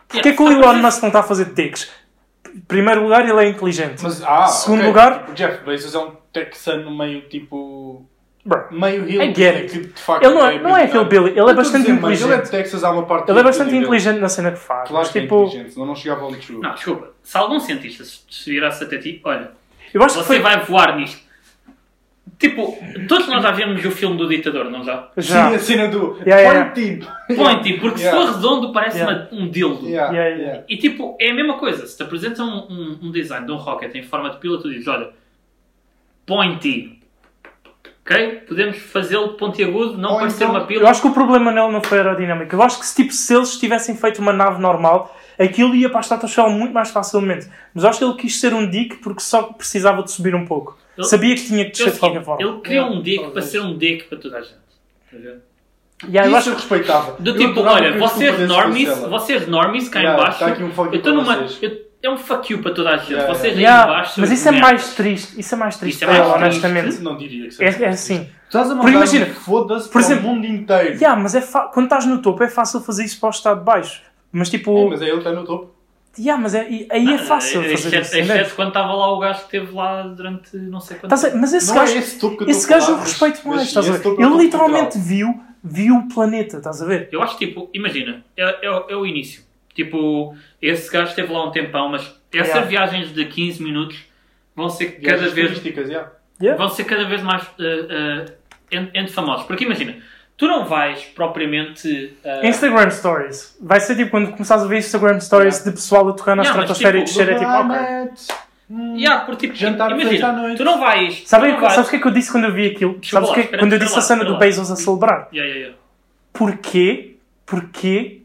Speaker 2: Porquê
Speaker 3: Yeah.
Speaker 2: que o Elon Musk não está a fazer takes? Em primeiro lugar, ele é inteligente.
Speaker 1: Mas, ah,
Speaker 2: Segundo
Speaker 1: ok.
Speaker 2: lugar-
Speaker 1: O Jeff Bezos é um texano meio tipo.
Speaker 2: Bro,
Speaker 1: meio hill.
Speaker 2: I get it.
Speaker 1: Que, de facto,
Speaker 2: Ele não é- não é
Speaker 1: bilionário.
Speaker 2: hillbilly, ele é
Speaker 1: Eu tô
Speaker 2: bastante
Speaker 1: dizendo, mas Ele é
Speaker 2: inteligente.
Speaker 1: de Texas, há uma parte.
Speaker 2: ele é
Speaker 1: dele
Speaker 2: bastante
Speaker 1: dele.
Speaker 2: inteligente na cena que faz.
Speaker 1: Claro
Speaker 2: mas,
Speaker 1: que é
Speaker 2: tipo,
Speaker 1: inteligente, senão não chegava onde chegou.
Speaker 3: Não, desculpa. Se algum cientista se se virasse até ti, olha,
Speaker 2: eu acho que
Speaker 3: você
Speaker 2: foi.
Speaker 3: vai voar nisto. Tipo, todos nós já vimos o filme do ditador, não já?
Speaker 2: Já.
Speaker 1: Sim, a cena do.
Speaker 2: Yeah, yeah.
Speaker 1: Point tip.
Speaker 3: Ponte, porque se
Speaker 1: Yeah.
Speaker 3: for redondo parece
Speaker 2: Yeah.
Speaker 3: uma- um dildo.
Speaker 1: Yeah,
Speaker 2: Yeah,
Speaker 1: yeah.
Speaker 3: E tipo, é a mesma coisa. Se te apresentam um, um- um design de um rocket em forma de pila, tu dizes, olha, pointy. Ok? Podemos fazê-lo pontiagudo, não
Speaker 1: Ou
Speaker 3: parecer
Speaker 1: então-
Speaker 3: uma
Speaker 2: Eu
Speaker 3: pila.
Speaker 2: acho que o problema nele não foi a aerodinâmica. Eu acho que se, tipo, se eles tivessem feito uma nave normal, aquilo ia para a estratosfera muito mais facilmente. Mas eu acho que ele quis ser um dick porque só precisava de subir um pouco.
Speaker 3: Ele-
Speaker 2: Sabia que tinha que
Speaker 3: é Eu
Speaker 2: descer de
Speaker 3: sei,
Speaker 2: qualquer forma.
Speaker 3: ele criou um dick
Speaker 1: talvez.
Speaker 3: para ser um dick para toda a gente. Tá vendo?
Speaker 2: E aí eu
Speaker 1: Isso
Speaker 2: acho
Speaker 1: eu respeitava.
Speaker 3: Do
Speaker 1: Eu
Speaker 3: tipo,
Speaker 1: adorava
Speaker 3: olha,
Speaker 1: que eles
Speaker 3: vocês
Speaker 1: compadecessem
Speaker 3: normies,
Speaker 1: dela.
Speaker 3: vocês normies cá
Speaker 1: Yeah,
Speaker 3: em baixo.
Speaker 1: tá aqui um fuck you
Speaker 3: eu estou
Speaker 1: para
Speaker 3: numa.
Speaker 1: vocês.
Speaker 3: eu- é um fuck you para toda a gente.
Speaker 1: Yeah,
Speaker 3: vocês
Speaker 2: Yeah,
Speaker 3: aí em baixo.
Speaker 2: mas
Speaker 3: são
Speaker 2: isso é
Speaker 3: merda.
Speaker 2: mais triste. Isso é mais triste
Speaker 3: Isso é
Speaker 2: para
Speaker 3: mais
Speaker 2: ela,
Speaker 3: triste.
Speaker 2: honestamente.
Speaker 1: Não diria que
Speaker 2: É,
Speaker 1: seja
Speaker 2: é
Speaker 1: racista.
Speaker 2: assim.
Speaker 1: Estás a
Speaker 2: Porque
Speaker 1: mandar
Speaker 2: imagina,
Speaker 1: um foda-se
Speaker 2: por
Speaker 1: para
Speaker 2: exemplo-
Speaker 1: o mundo inteiro.
Speaker 2: Yeah, mas é fa- quando estás no topo é fácil fazer isso para o estado de baixo. Mas
Speaker 1: Sim,
Speaker 2: tipo,
Speaker 1: mas é ele que está no topo.
Speaker 2: yeah, mas é- e- aí é fácil
Speaker 3: <laughs>
Speaker 2: fazer
Speaker 3: Ah, exceto, é
Speaker 2: isso. entende?
Speaker 3: Exceto quando estava lá o gajo que esteve lá durante não sei quanto
Speaker 2: Estás a- mas esse
Speaker 1: não
Speaker 2: gajo,
Speaker 1: é esse topo que eu
Speaker 2: esse
Speaker 1: estou a
Speaker 2: gajo eu
Speaker 1: falar, mas-
Speaker 2: respeito
Speaker 1: mas
Speaker 2: mais, estás a
Speaker 1: esse
Speaker 2: ver?
Speaker 1: topo é o
Speaker 2: Ele
Speaker 1: topo
Speaker 2: literalmente viu, viu o planeta, estás a ver?
Speaker 3: Eu acho tipo, imagina, é, é, o- é o início. Tipo, esse gajo esteve lá um tempão, mas essas
Speaker 2: Yeah.
Speaker 3: viagens de 15 minutos vão ser
Speaker 1: E as
Speaker 3: cada vez
Speaker 1: estatísticas, yeah.
Speaker 2: Yeah.
Speaker 3: vão ser cada vez mais eh, eh, en- entre famosos. Porque imagina, tu não vais propriamente. eh,
Speaker 2: É Instagram Stories. Vai ser tipo quando começares a ver Instagram Stories
Speaker 1: Yeah.
Speaker 2: de pessoal a tocar na
Speaker 3: Yeah, mas,
Speaker 2: estratosfera e
Speaker 3: tipo,
Speaker 2: descer é tipo, ok.
Speaker 3: Yeah, porque tipo,
Speaker 1: Jantar de sexta à
Speaker 3: imagina,
Speaker 1: noite.
Speaker 3: tu não vais.
Speaker 2: Sabem o
Speaker 3: tu não
Speaker 2: que-
Speaker 3: vais-
Speaker 2: Sabes o que é que eu disse quando eu vi aquilo?
Speaker 3: Desculpa
Speaker 2: Sabes o
Speaker 3: lá,
Speaker 2: que é que-
Speaker 3: espera,
Speaker 2: quando eu
Speaker 3: espera
Speaker 2: disse
Speaker 3: lá,
Speaker 2: a cena
Speaker 3: espera
Speaker 2: do
Speaker 3: lá.
Speaker 2: Bezos a celebrar?
Speaker 3: Yeah, yeah, yeah.
Speaker 2: Porquê? Porquê?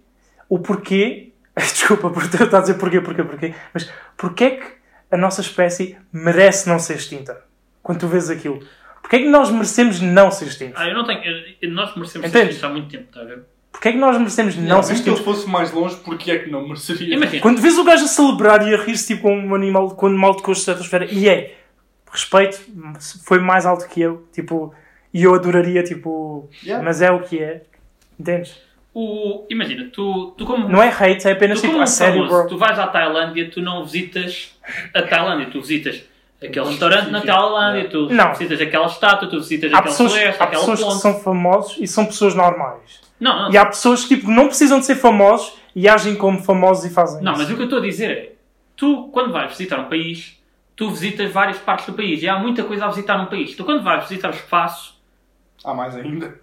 Speaker 2: O porquê? <laughs> Desculpa por ter estado a dizer porquê, porquê, porquê. Mas porquê é que a nossa espécie merece não ser extinta? Quando tu vês aquilo. Porquê é que nós merecemos não ser extintos?
Speaker 3: Ah, eu não tenho. eu- eu- nós merecemos
Speaker 2: Entende?
Speaker 3: ser isto há muito tempo, está a ver?
Speaker 2: Porquê é que nós merecemos não tipo-
Speaker 1: Não,
Speaker 2: ser
Speaker 1: se ele
Speaker 2: extintos?
Speaker 1: fosse mais longe, porque é que não mereceria?
Speaker 3: Imagina,
Speaker 2: Quando vês o gajo a celebrar e a rir-se tipo como um animal quando mal tocou a estratosfera, e é, respeito, foi mais alto que eu, tipo, e eu adoraria, tipo,
Speaker 1: Yeah.
Speaker 2: mas é o que é, entendes?
Speaker 3: o, imagina tu, tu como.
Speaker 2: Não é hate, é apenas
Speaker 3: Tu,
Speaker 2: tipo,
Speaker 3: como
Speaker 2: a
Speaker 3: um
Speaker 2: sério,
Speaker 3: famoso,
Speaker 2: bro.
Speaker 3: tu vais à Tailândia, tu não visitas a Tailândia, tu visitas aquele restaurante na
Speaker 1: específico.
Speaker 3: Tailândia, tu
Speaker 2: Não.
Speaker 3: visitas aquela estátua, tu visitas
Speaker 2: Há
Speaker 3: aquele Ah.
Speaker 2: pessoas,
Speaker 3: floresta,
Speaker 2: há
Speaker 3: aquela
Speaker 2: pessoas que
Speaker 3: ponte.
Speaker 2: são famosos e são pessoas normais.
Speaker 3: Não, não,
Speaker 2: E há pessoas que tipo, não precisam de ser famosos e agem como famosos e fazem
Speaker 3: não,
Speaker 2: isso.
Speaker 3: mas o que eu estou a dizer é, tu quando vais visitar um país, tu visitas várias partes do país e há muita coisa a visitar num país. Tu quando vais visitar o espaço,
Speaker 1: Há mais ainda.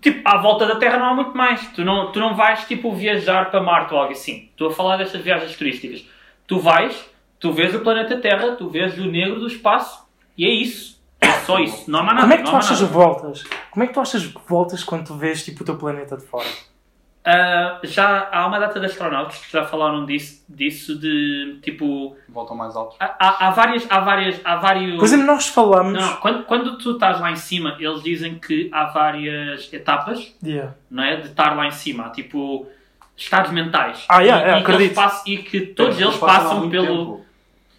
Speaker 3: tipo, à volta da Terra não há muito mais. Tu não, tu não vais tipo viajar para Marte ou algo assim. Estou a falar destas viagens turísticas. Tu vais, tu vês o planeta Terra, tu vês o negro do espaço e é isso. É só isso. Não há mais nada.
Speaker 2: Como é que tu
Speaker 3: não há mais
Speaker 2: achas
Speaker 3: nada.
Speaker 2: voltas? Como é que tu achas voltas quando tu vês tipo, o teu planeta de fora?
Speaker 3: Ah, já há uma data de astronautas que já falaram disso, disso de tipo.
Speaker 1: Voltam mais altos.
Speaker 3: Há, há- há várias. Há várias. Há vários.
Speaker 2: Por exemplo, nós falamos.
Speaker 3: Não, quando, quando tu estás lá em cima, eles dizem que há várias etapas,
Speaker 2: Yeah.
Speaker 3: não é? De estar lá em cima. Há tipo. Estados mentais.
Speaker 2: Ah, yeah,
Speaker 3: E-
Speaker 2: yeah,
Speaker 3: e, que eles
Speaker 2: acredito.
Speaker 3: passam- e que todos
Speaker 1: Eles
Speaker 3: eles
Speaker 1: passam lá
Speaker 3: passam
Speaker 1: muito
Speaker 3: pelo.
Speaker 1: tempo.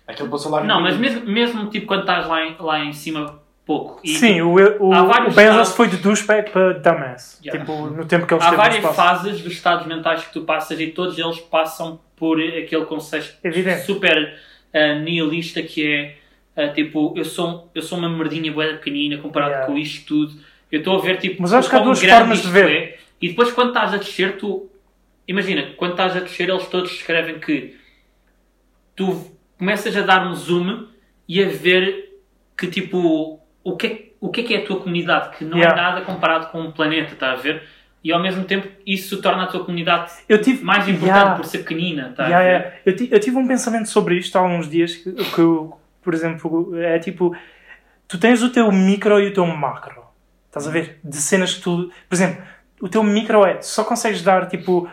Speaker 1: Aquele passou lá
Speaker 3: Não, mas
Speaker 1: muito
Speaker 3: mesmo, mesmo tipo quando estás lá em, lá em cima, pouco. E-
Speaker 2: Sim, o, o,
Speaker 3: há
Speaker 2: o
Speaker 3: vários
Speaker 2: Bezos
Speaker 3: estados-
Speaker 2: foi de douchebag para dumbass.
Speaker 3: Yeah.
Speaker 2: Tipo, no tempo que ele
Speaker 3: Há
Speaker 2: esteve no
Speaker 3: várias
Speaker 2: espaço.
Speaker 3: fases dos estados mentais que tu passas e todos eles passam por aquele conceito
Speaker 2: Evidente.
Speaker 3: super ah, nihilista que é ah, tipo, eu sou, um- eu sou uma merdinha bué pequenina comparado
Speaker 2: Yeah.
Speaker 3: com isto tudo. Eu estou a ver tipo
Speaker 2: Mas acho que há
Speaker 3: quão
Speaker 2: duas
Speaker 3: grande
Speaker 2: formas de
Speaker 3: isto
Speaker 2: ver.
Speaker 3: é. E depois quando estás a descer, tu imagina, quando estás a descer, eles todos escrevem que tu começas a dar um zoom e a ver que tipo o que é, o que, é, que é a tua comunidade, que não
Speaker 2: Yeah.
Speaker 3: é nada comparado com o planeta, está a ver? E ao mesmo tempo isso torna a tua comunidade
Speaker 2: Eu tive.
Speaker 3: mais importante
Speaker 2: Yeah.
Speaker 3: por ser pequenina, está
Speaker 2: Yeah,
Speaker 3: a ver?
Speaker 2: yeah. é- Eu, ti- eu tive um pensamento sobre isto há uns dias que, que eu, por exemplo, é tipo: tu tens o teu micro e o teu macro. Estás a ver? De cenas que tu. Por exemplo, o teu micro é: tu só consegues dar tipo.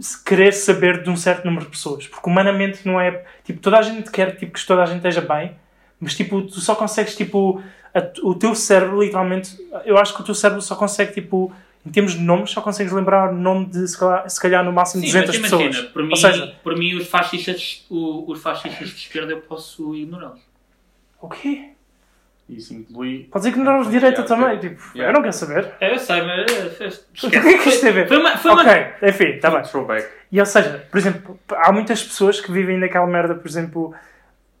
Speaker 2: se- Querer saber de um certo número de pessoas, porque humanamente não é tipo toda a gente quer tipo, que toda a gente esteja bem, mas tipo tu só consegues tipo a- o teu cérebro literalmente eu acho que o teu cérebro só consegue tipo em termos de nomes só consegues lembrar o nome de se calhar, se calhar no máximo
Speaker 3: Sim,
Speaker 2: 200
Speaker 3: mas imagina,
Speaker 2: pessoas
Speaker 3: por mim,
Speaker 2: ou seja
Speaker 3: por mim os, fascistas, o- os fascistas de esquerda eu posso ignorá-los.
Speaker 2: O quê?
Speaker 1: tempo. Isso inclui...
Speaker 2: Podes ignorar os de direita
Speaker 1: Yeah,
Speaker 2: também.
Speaker 1: yeah.
Speaker 2: Tipo,
Speaker 1: Yeah.
Speaker 2: eu não quero saber.
Speaker 3: É, Eu sei, mas é, é,
Speaker 2: <laughs> O que é que isto <laughs> tem a
Speaker 3: esquece.
Speaker 2: ver?
Speaker 3: Foi uma, foi uma,
Speaker 2: Ok, enfim, está Tá bem.
Speaker 1: um Throwback.
Speaker 2: E ou seja, por exemplo, há muitas pessoas que vivem naquela merda, por exemplo,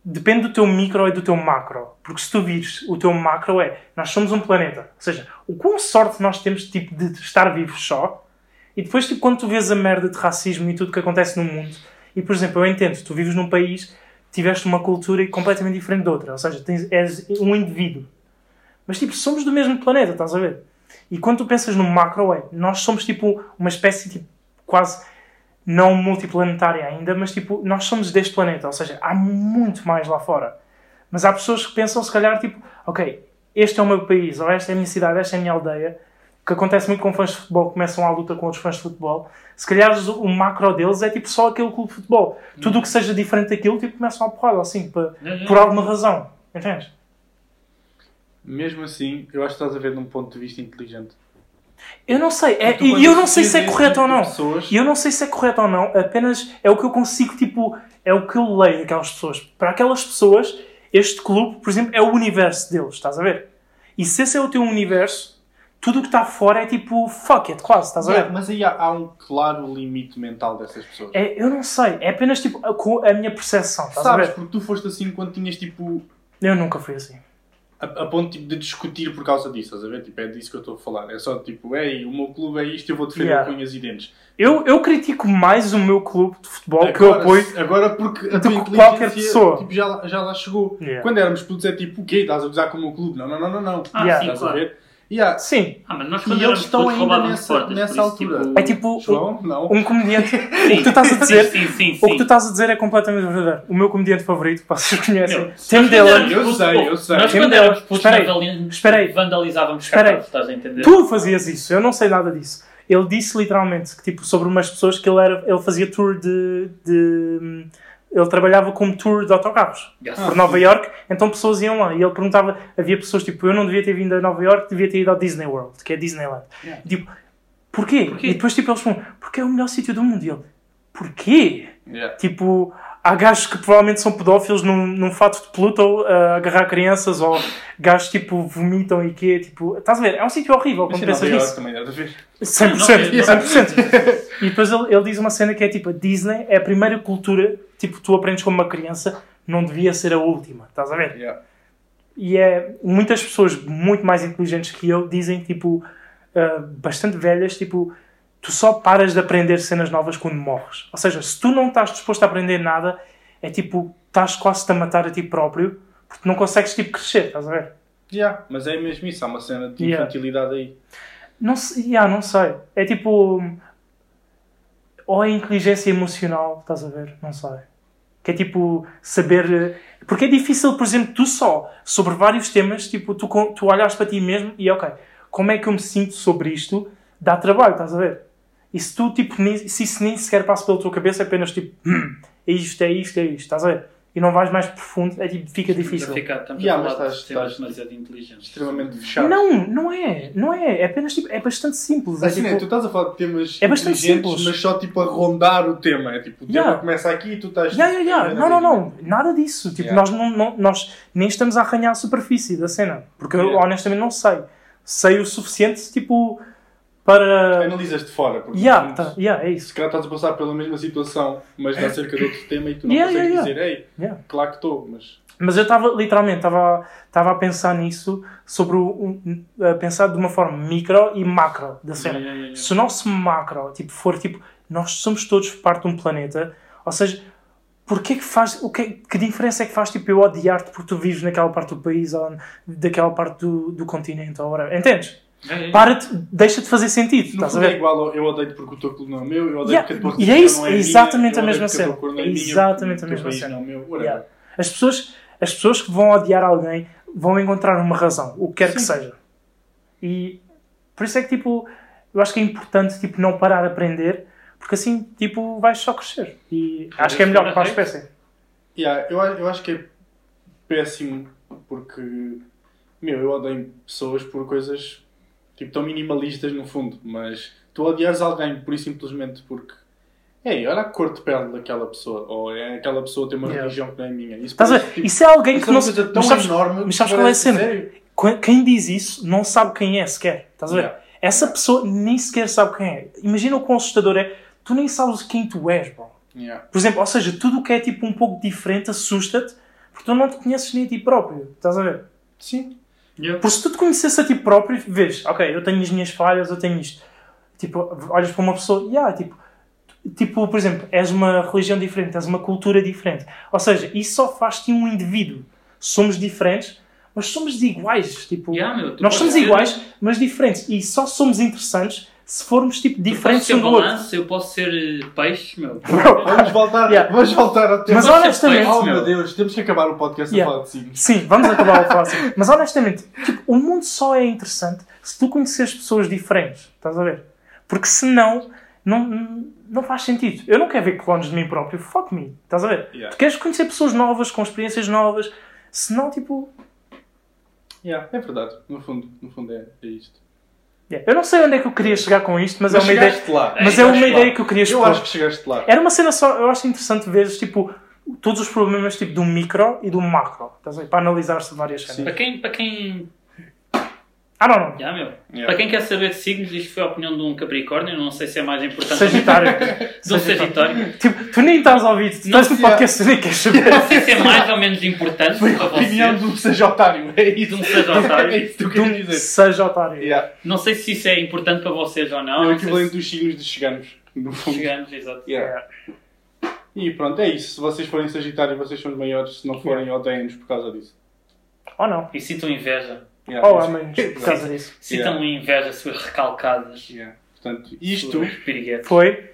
Speaker 2: depende do teu micro e do teu macro. Porque se tu vires, o teu macro é, nós somos um planeta. Ou seja, o quão sorte nós temos tipo, de estar vivos só. E depois, tipo, quando tu vês a merda de racismo e tudo que acontece no mundo, e por exemplo, eu entendo, tu vives num país, tiveste uma cultura completamente diferente de outra. Ou seja, tens, és um indivíduo. Mas tipo, somos do mesmo planeta, estás a ver? E quando tu pensas no macro, é, nós somos tipo uma espécie tipo, quase não multiplanetária ainda, mas tipo, nós somos deste planeta, ou seja, há muito mais lá fora. Mas há pessoas que pensam, se calhar, tipo, ok, este é o meu país, ou esta é a minha cidade, esta é a minha aldeia, que acontece muito com fãs de futebol que começam a luta com outros fãs de futebol. Se calhar o macro deles é tipo só aquele clube de futebol. Tudo o que seja diferente daquilo, tipo, começam a porrada, assim, pa-
Speaker 3: Uhum.
Speaker 2: por alguma razão. Entendes?
Speaker 1: Mesmo assim, eu acho que estás a ver de um ponto de vista inteligente.
Speaker 2: Eu não sei, é-
Speaker 1: Porque tu,
Speaker 2: e
Speaker 1: quando
Speaker 2: eu não sei se é
Speaker 1: dizes
Speaker 2: correto ou
Speaker 1: tipo
Speaker 2: não.
Speaker 1: Então, de Pessoas,
Speaker 2: E eu não sei se é correto ou não, apenas é o que eu consigo, tipo, é o que eu leio daquelas pessoas. Para aquelas pessoas, este clube, por exemplo, é o universo deles, estás a ver? E se esse é o teu universo, tudo o que está fora é tipo, fuck it, quase, estás a ver?
Speaker 1: Yeah, mas aí há, há um claro limite mental dessas pessoas.
Speaker 2: É, eu não sei, é apenas tipo a, com a minha percepção, estás a
Speaker 1: Sabes,
Speaker 2: ver?
Speaker 1: porque tu foste assim quando tinhas tipo.
Speaker 2: Eu nunca fui assim.
Speaker 1: A, a ponto tipo, de discutir por causa disso, estás a ver? Tipo, é disso que eu estou a falar. É só tipo, ei, o meu clube é isto, eu vou defender
Speaker 2: Yeah.
Speaker 1: com unhas e dentes.
Speaker 2: Eu, eu critico mais o meu clube de futebol que eu apoio.
Speaker 1: agora porque a tua
Speaker 2: do que
Speaker 1: inteligência
Speaker 2: qualquer pessoa.
Speaker 1: Tipo, já, lá- já lá chegou.
Speaker 2: Yeah.
Speaker 1: Quando éramos putos é tipo, o quê? Estás a gozar com o meu clube? Não, não, não, não. não.
Speaker 3: Ah,
Speaker 2: Yeah.
Speaker 3: sim,
Speaker 1: Estás a
Speaker 3: claro.
Speaker 1: ver? Yeah.
Speaker 2: Sim,
Speaker 3: Ah, mas nós
Speaker 1: E
Speaker 3: quando
Speaker 1: eles
Speaker 3: éramos
Speaker 1: estão
Speaker 3: putos
Speaker 1: ainda
Speaker 3: roubávamos
Speaker 1: nessa-
Speaker 3: portas,
Speaker 1: nessa
Speaker 3: por isso,
Speaker 1: altura.
Speaker 3: tipo,
Speaker 2: é tipo
Speaker 1: João, não.
Speaker 2: um
Speaker 1: <laughs>
Speaker 2: comediante.
Speaker 3: <laughs> Sim.
Speaker 2: O que tu estás a dizer?
Speaker 3: Sim, sim, sim.
Speaker 2: O que
Speaker 3: sim.
Speaker 2: tu estás a dizer é completamente verdadeiro. O meu comediante favorito, que vocês conhecem,
Speaker 3: Meu,
Speaker 2: Tim Dillon.
Speaker 3: nós quando éramos
Speaker 1: Eu
Speaker 3: putos,
Speaker 1: sei,
Speaker 3: pô,
Speaker 1: eu sei.
Speaker 3: Nós
Speaker 2: Tim
Speaker 3: quando
Speaker 2: Dillon.
Speaker 3: éramos putos,
Speaker 2: Espera aí,
Speaker 3: vandali-
Speaker 2: espera aí.
Speaker 3: vandalizávamos
Speaker 2: Espera aí.
Speaker 3: cartazes, estás a entender?
Speaker 2: Tu fazias isso, eu não sei nada disso. Ele disse literalmente que, tipo, sobre umas pessoas que ele, era, ele fazia tour de, de- Ele trabalhava como tour de autocarros
Speaker 3: Yes.
Speaker 2: por Nova York, então pessoas iam lá e ele perguntava. Havia pessoas tipo, eu não devia ter vindo a Nova York, devia ter ido ao Disney World, que é Disneyland.
Speaker 1: Yeah.
Speaker 2: Tipo, porquê?
Speaker 3: Porquê?
Speaker 2: E depois tipo, eles falam, porque é o melhor sítio do mundo. E ele, porquê?
Speaker 1: Yeah.
Speaker 2: Tipo, há gajos que provavelmente são pedófilos num, num fato de Pluto a agarrar crianças ou gajos tipo vomitam e quê? Tipo, estás a ver? É um sítio horrível
Speaker 1: Mas
Speaker 2: quando
Speaker 1: em Nova
Speaker 2: pensas
Speaker 1: Iorque
Speaker 2: nisso.
Speaker 1: também, estás a ver?
Speaker 2: 100%,
Speaker 3: Não, não,
Speaker 2: 100%. E depois ele, ele diz uma cena que é tipo, a Disney é a primeira cultura, tipo, tu aprendes como uma criança, não devia ser a última, estás a ver?
Speaker 1: Yeah.
Speaker 2: E é, muitas pessoas muito mais inteligentes que eu dizem, tipo, ah, bastante velhas, tipo, tu só paras de aprender cenas novas quando morres. Ou seja, se tu não estás disposto a aprender nada, é tipo, estás quase-te a matar a ti próprio, porque não consegues, tipo, crescer, estás a ver?
Speaker 1: Yeah. Mas é mesmo isso, há uma cena de
Speaker 2: Yeah.
Speaker 1: infantilidade aí.
Speaker 2: Não sei, yeah, não sei. É tipo. Ou é inteligência emocional, estás a ver? Não sei. Que é tipo saber. eh, Porque é difícil, por exemplo, tu só, sobre vários temas, tipo, tu, con- tu olhas para ti mesmo e ok, como é que eu me sinto sobre isto? Dá trabalho, estás a ver? E se tu, tipo, nem, se isso nem sequer passa pela tua cabeça, é apenas tipo, hum, é isto, é isto, é isto, estás a ver? E não vais mais profundo, é tipo, fica difícil.
Speaker 3: Ficar, estamos
Speaker 1: Yeah,
Speaker 3: a
Speaker 1: mas
Speaker 3: falar de
Speaker 1: estás-
Speaker 3: sistemas
Speaker 1: estás-
Speaker 3: demasiado inteligentes.
Speaker 1: Extremamente fechado.
Speaker 2: Não, não é, não é, é apenas tipo, é bastante simples. é,
Speaker 1: Assim,
Speaker 2: tipo,
Speaker 1: né, tu estás a falar de temas
Speaker 2: É bastante
Speaker 1: inteligentes,
Speaker 2: simples.
Speaker 1: mas só tipo a rondar o tema. É tipo, o tema
Speaker 2: Yeah.
Speaker 1: começa aqui e tu estás. é,
Speaker 2: Ya, ya, ya. Não, não, não. Nada disso. Tipo,
Speaker 1: Yeah.
Speaker 2: nós, não, não- nós nem estamos a arranhar a superfície da cena. Porque eu
Speaker 1: Yeah.
Speaker 2: honestamente não sei. Sei o suficiente, tipo, para...
Speaker 1: é, Analisas de fora, porque
Speaker 2: Ya,
Speaker 1: no
Speaker 2: tá,
Speaker 1: fundo,
Speaker 2: ya, é isso.
Speaker 1: se calhar estás a passar pela mesma situação, mas dá acerca de outro tema e tu não
Speaker 2: Yeah,
Speaker 1: consegues
Speaker 2: yeah,
Speaker 1: dizer, ei,
Speaker 2: Yeah.
Speaker 1: claro que estou, mas.
Speaker 2: Mas eu estava, literalmente, estava estava a pensar nisso sobre o... o- a pensar de uma forma micro e macro da cena.
Speaker 3: Yeah, yeah, yeah, yeah.
Speaker 2: Se o nosso macro tipo, for tipo, nós somos todos parte de um planeta, ou seja, porquê que faz, o que, que diferença é que faz tipo, eu odiar-te porque tu vives naquela parte do país ou daquela parte do, do continente? Ou whatever? Entendes?
Speaker 3: Yeah, yeah,
Speaker 2: Para-te, deixa de fazer sentido,
Speaker 1: No
Speaker 2: estás a
Speaker 1: fundo é
Speaker 2: ver?
Speaker 1: igual ao eu odeio porque o teu clube não é meu, eu odeio
Speaker 2: Yeah,
Speaker 1: porque a tua
Speaker 2: e é
Speaker 1: religião
Speaker 2: isso,
Speaker 1: não
Speaker 2: é
Speaker 1: minha,
Speaker 2: exatamente
Speaker 1: eu
Speaker 2: a
Speaker 1: odeio
Speaker 2: mesma
Speaker 1: porque tua
Speaker 2: cena.
Speaker 1: cor não
Speaker 2: É
Speaker 1: minha,
Speaker 2: exatamente a
Speaker 1: porque o teu
Speaker 2: mesma
Speaker 1: país
Speaker 2: cena.
Speaker 1: não é meu, whatever.
Speaker 2: Yeah. As, pessoas, as pessoas que vão odiar alguém vão encontrar uma razão, o que quer que
Speaker 1: Sim.
Speaker 2: seja. E por isso é que tipo, eu acho que é importante tipo, não parar de aprender, porque assim tipo, vais só crescer. E acho que é melhor para a espécie.
Speaker 1: Yeah, eu, a- eu acho que é péssimo porque meu, eu odeio pessoas por coisas tipo tão minimalistas no fundo, mas tu odias alguém por isso simplesmente porque ei, olha a cor de pele daquela pessoa, ou é aquela pessoa tem uma
Speaker 2: Yeah.
Speaker 1: religião que não é minha. Isso
Speaker 2: Estás a
Speaker 1: parece,
Speaker 2: ver?
Speaker 1: tipo,
Speaker 2: Isso é alguém
Speaker 1: isso
Speaker 2: que
Speaker 1: é
Speaker 2: não
Speaker 1: uma
Speaker 2: se.
Speaker 1: coisa tão
Speaker 2: Mas sabes,
Speaker 1: enorme.
Speaker 2: mas
Speaker 1: que
Speaker 2: sabes qual é a
Speaker 1: parece-
Speaker 2: cena?
Speaker 1: sério?
Speaker 2: qu- Quem diz isso não sabe quem é sequer. Estás a ver?
Speaker 1: Yeah.
Speaker 2: Essa pessoa nem sequer sabe quem é. Imagina o quão assustador é. Tu nem sabes quem tu és, bro.
Speaker 1: Yeah.
Speaker 2: Por exemplo, ou seja, tudo o que é tipo um pouco diferente assusta-te porque tu não te conheces nem a ti próprio. Estás a ver? <laughs>
Speaker 1: Sim.
Speaker 3: yeah.
Speaker 2: Porque se tu te conhecesse a ti próprio, vês, ok, eu tenho as minhas falhas, eu tenho isto. Tipo, olhas para uma pessoa, yeah, tipo, tipo, por exemplo, és uma religião diferente, és uma cultura diferente. Ou seja, isso só faz-te um indivíduo. Somos diferentes, mas somos de iguais. Tipo,
Speaker 3: Yeah, meu, tu
Speaker 2: nós
Speaker 3: podes
Speaker 2: somos
Speaker 3: ser-
Speaker 2: iguais, mas diferentes. E só somos interessantes se formos tipo,
Speaker 3: Tu podes
Speaker 2: diferentes
Speaker 3: ser
Speaker 2: um do outro.
Speaker 3: balanço, eu posso ser eh, peixe, meu.
Speaker 1: Vamos voltar,
Speaker 2: Yeah.
Speaker 1: vamos voltar ao tema.
Speaker 2: Mas
Speaker 3: posso ser
Speaker 2: honestamente,
Speaker 3: feio.
Speaker 1: Oh
Speaker 3: Não.
Speaker 1: meu Deus, temos que acabar o podcast
Speaker 2: Yeah.
Speaker 1: a falar de signos.
Speaker 2: Sim, vamos acabar o próximo. Mas honestamente, tipo, o mundo só é interessante se tu conheceres pessoas diferentes. Estás a ver? Porque senão, não, não faz sentido. Eu não quero ver clones de mim próprio. Fuck me. Estás a ver?
Speaker 1: Yeah.
Speaker 2: Tu queres conhecer pessoas novas, com experiências novas. Senão, tipo.
Speaker 1: Yeah, é verdade, no fundo, no fundo é, é isto.
Speaker 2: yeah. Eu não sei onde é que eu queria chegar com isto, mas, é uma ideia.
Speaker 1: chegaste lá.
Speaker 2: Mas é
Speaker 1: Chegaste
Speaker 2: uma
Speaker 1: lá.
Speaker 2: ideia que eu queria
Speaker 1: Eu
Speaker 2: explorar.
Speaker 1: acho que chegaste lá.
Speaker 2: Era uma cena só, eu acho interessante veres tipo, todos os problemas tipo, do micro e do macro. Estás a ver? Para analisar-se várias cenas.
Speaker 3: Para quem, para quem
Speaker 2: Ah, não, não.
Speaker 3: Já, meu.
Speaker 1: Yeah.
Speaker 3: Para quem quer saber de signos, isto foi a opinião de um Capricórnio, não sei se é mais importante.
Speaker 2: Sagitário.
Speaker 3: De um Sagitário.
Speaker 2: Tipo, tu nem estás a ouvir, tu estás no
Speaker 1: yeah.
Speaker 2: podcast, tu nem queres saber.
Speaker 3: Não sei se é mais ou menos importante
Speaker 1: Foi a
Speaker 3: para
Speaker 1: opinião
Speaker 3: vocês.
Speaker 1: do seja otário, é
Speaker 3: De
Speaker 1: isso.
Speaker 3: um Sagitário.
Speaker 1: É isso que tu
Speaker 2: Tu
Speaker 1: queres dizer.
Speaker 2: seja otário.
Speaker 1: Yeah.
Speaker 3: Não sei se isso é importante para vocês ou não.
Speaker 1: É o
Speaker 3: não sei
Speaker 1: equivalente
Speaker 3: se-
Speaker 1: dos signos de chegarmos, no fundo.
Speaker 3: Chegamos, exato.
Speaker 1: Yeah. E pronto, é isso. Se vocês forem Sagitário, vocês são os maiores. Se não forem, odeiam-nos por causa disso.
Speaker 2: Ou não.
Speaker 3: E sintam inveja.
Speaker 1: Yeah,
Speaker 2: Ou
Speaker 1: é isso.
Speaker 2: amém por causa disso.
Speaker 3: Sintam inveja, suas recalcadas.
Speaker 1: Yeah. Portanto, isto.
Speaker 3: Suas piriguetes.
Speaker 2: Foi.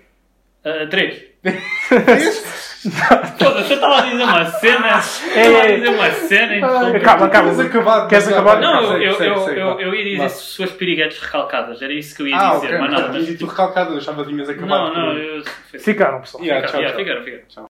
Speaker 3: Ah, três. Foda-se, eu estava a dizer uma cena.
Speaker 2: Ei,
Speaker 3: Estava a
Speaker 2: ei.
Speaker 3: dizer uma cena. então-
Speaker 2: <laughs> Acaba, acaba.
Speaker 1: Queres acabar?
Speaker 2: Queres acabar?
Speaker 3: Não,
Speaker 1: Sei,
Speaker 3: eu,
Speaker 1: sei,
Speaker 3: eu,
Speaker 1: sei,
Speaker 3: eu,
Speaker 1: vá.
Speaker 3: eu ia dizer
Speaker 1: Vá.
Speaker 3: suas piriguetes recalcadas. Era isso que eu ia
Speaker 1: Ah,
Speaker 3: dizer,
Speaker 1: ok.
Speaker 3: mas nada.
Speaker 1: Mas
Speaker 3: Mas,
Speaker 1: tu recalcado, eu achava que tinhas acabado.
Speaker 3: não, não, eu.
Speaker 2: Ficaram, pessoal.
Speaker 1: Yeah,
Speaker 3: Fica-
Speaker 1: tchau,
Speaker 3: yeah,
Speaker 1: tchau.
Speaker 3: fica- fica.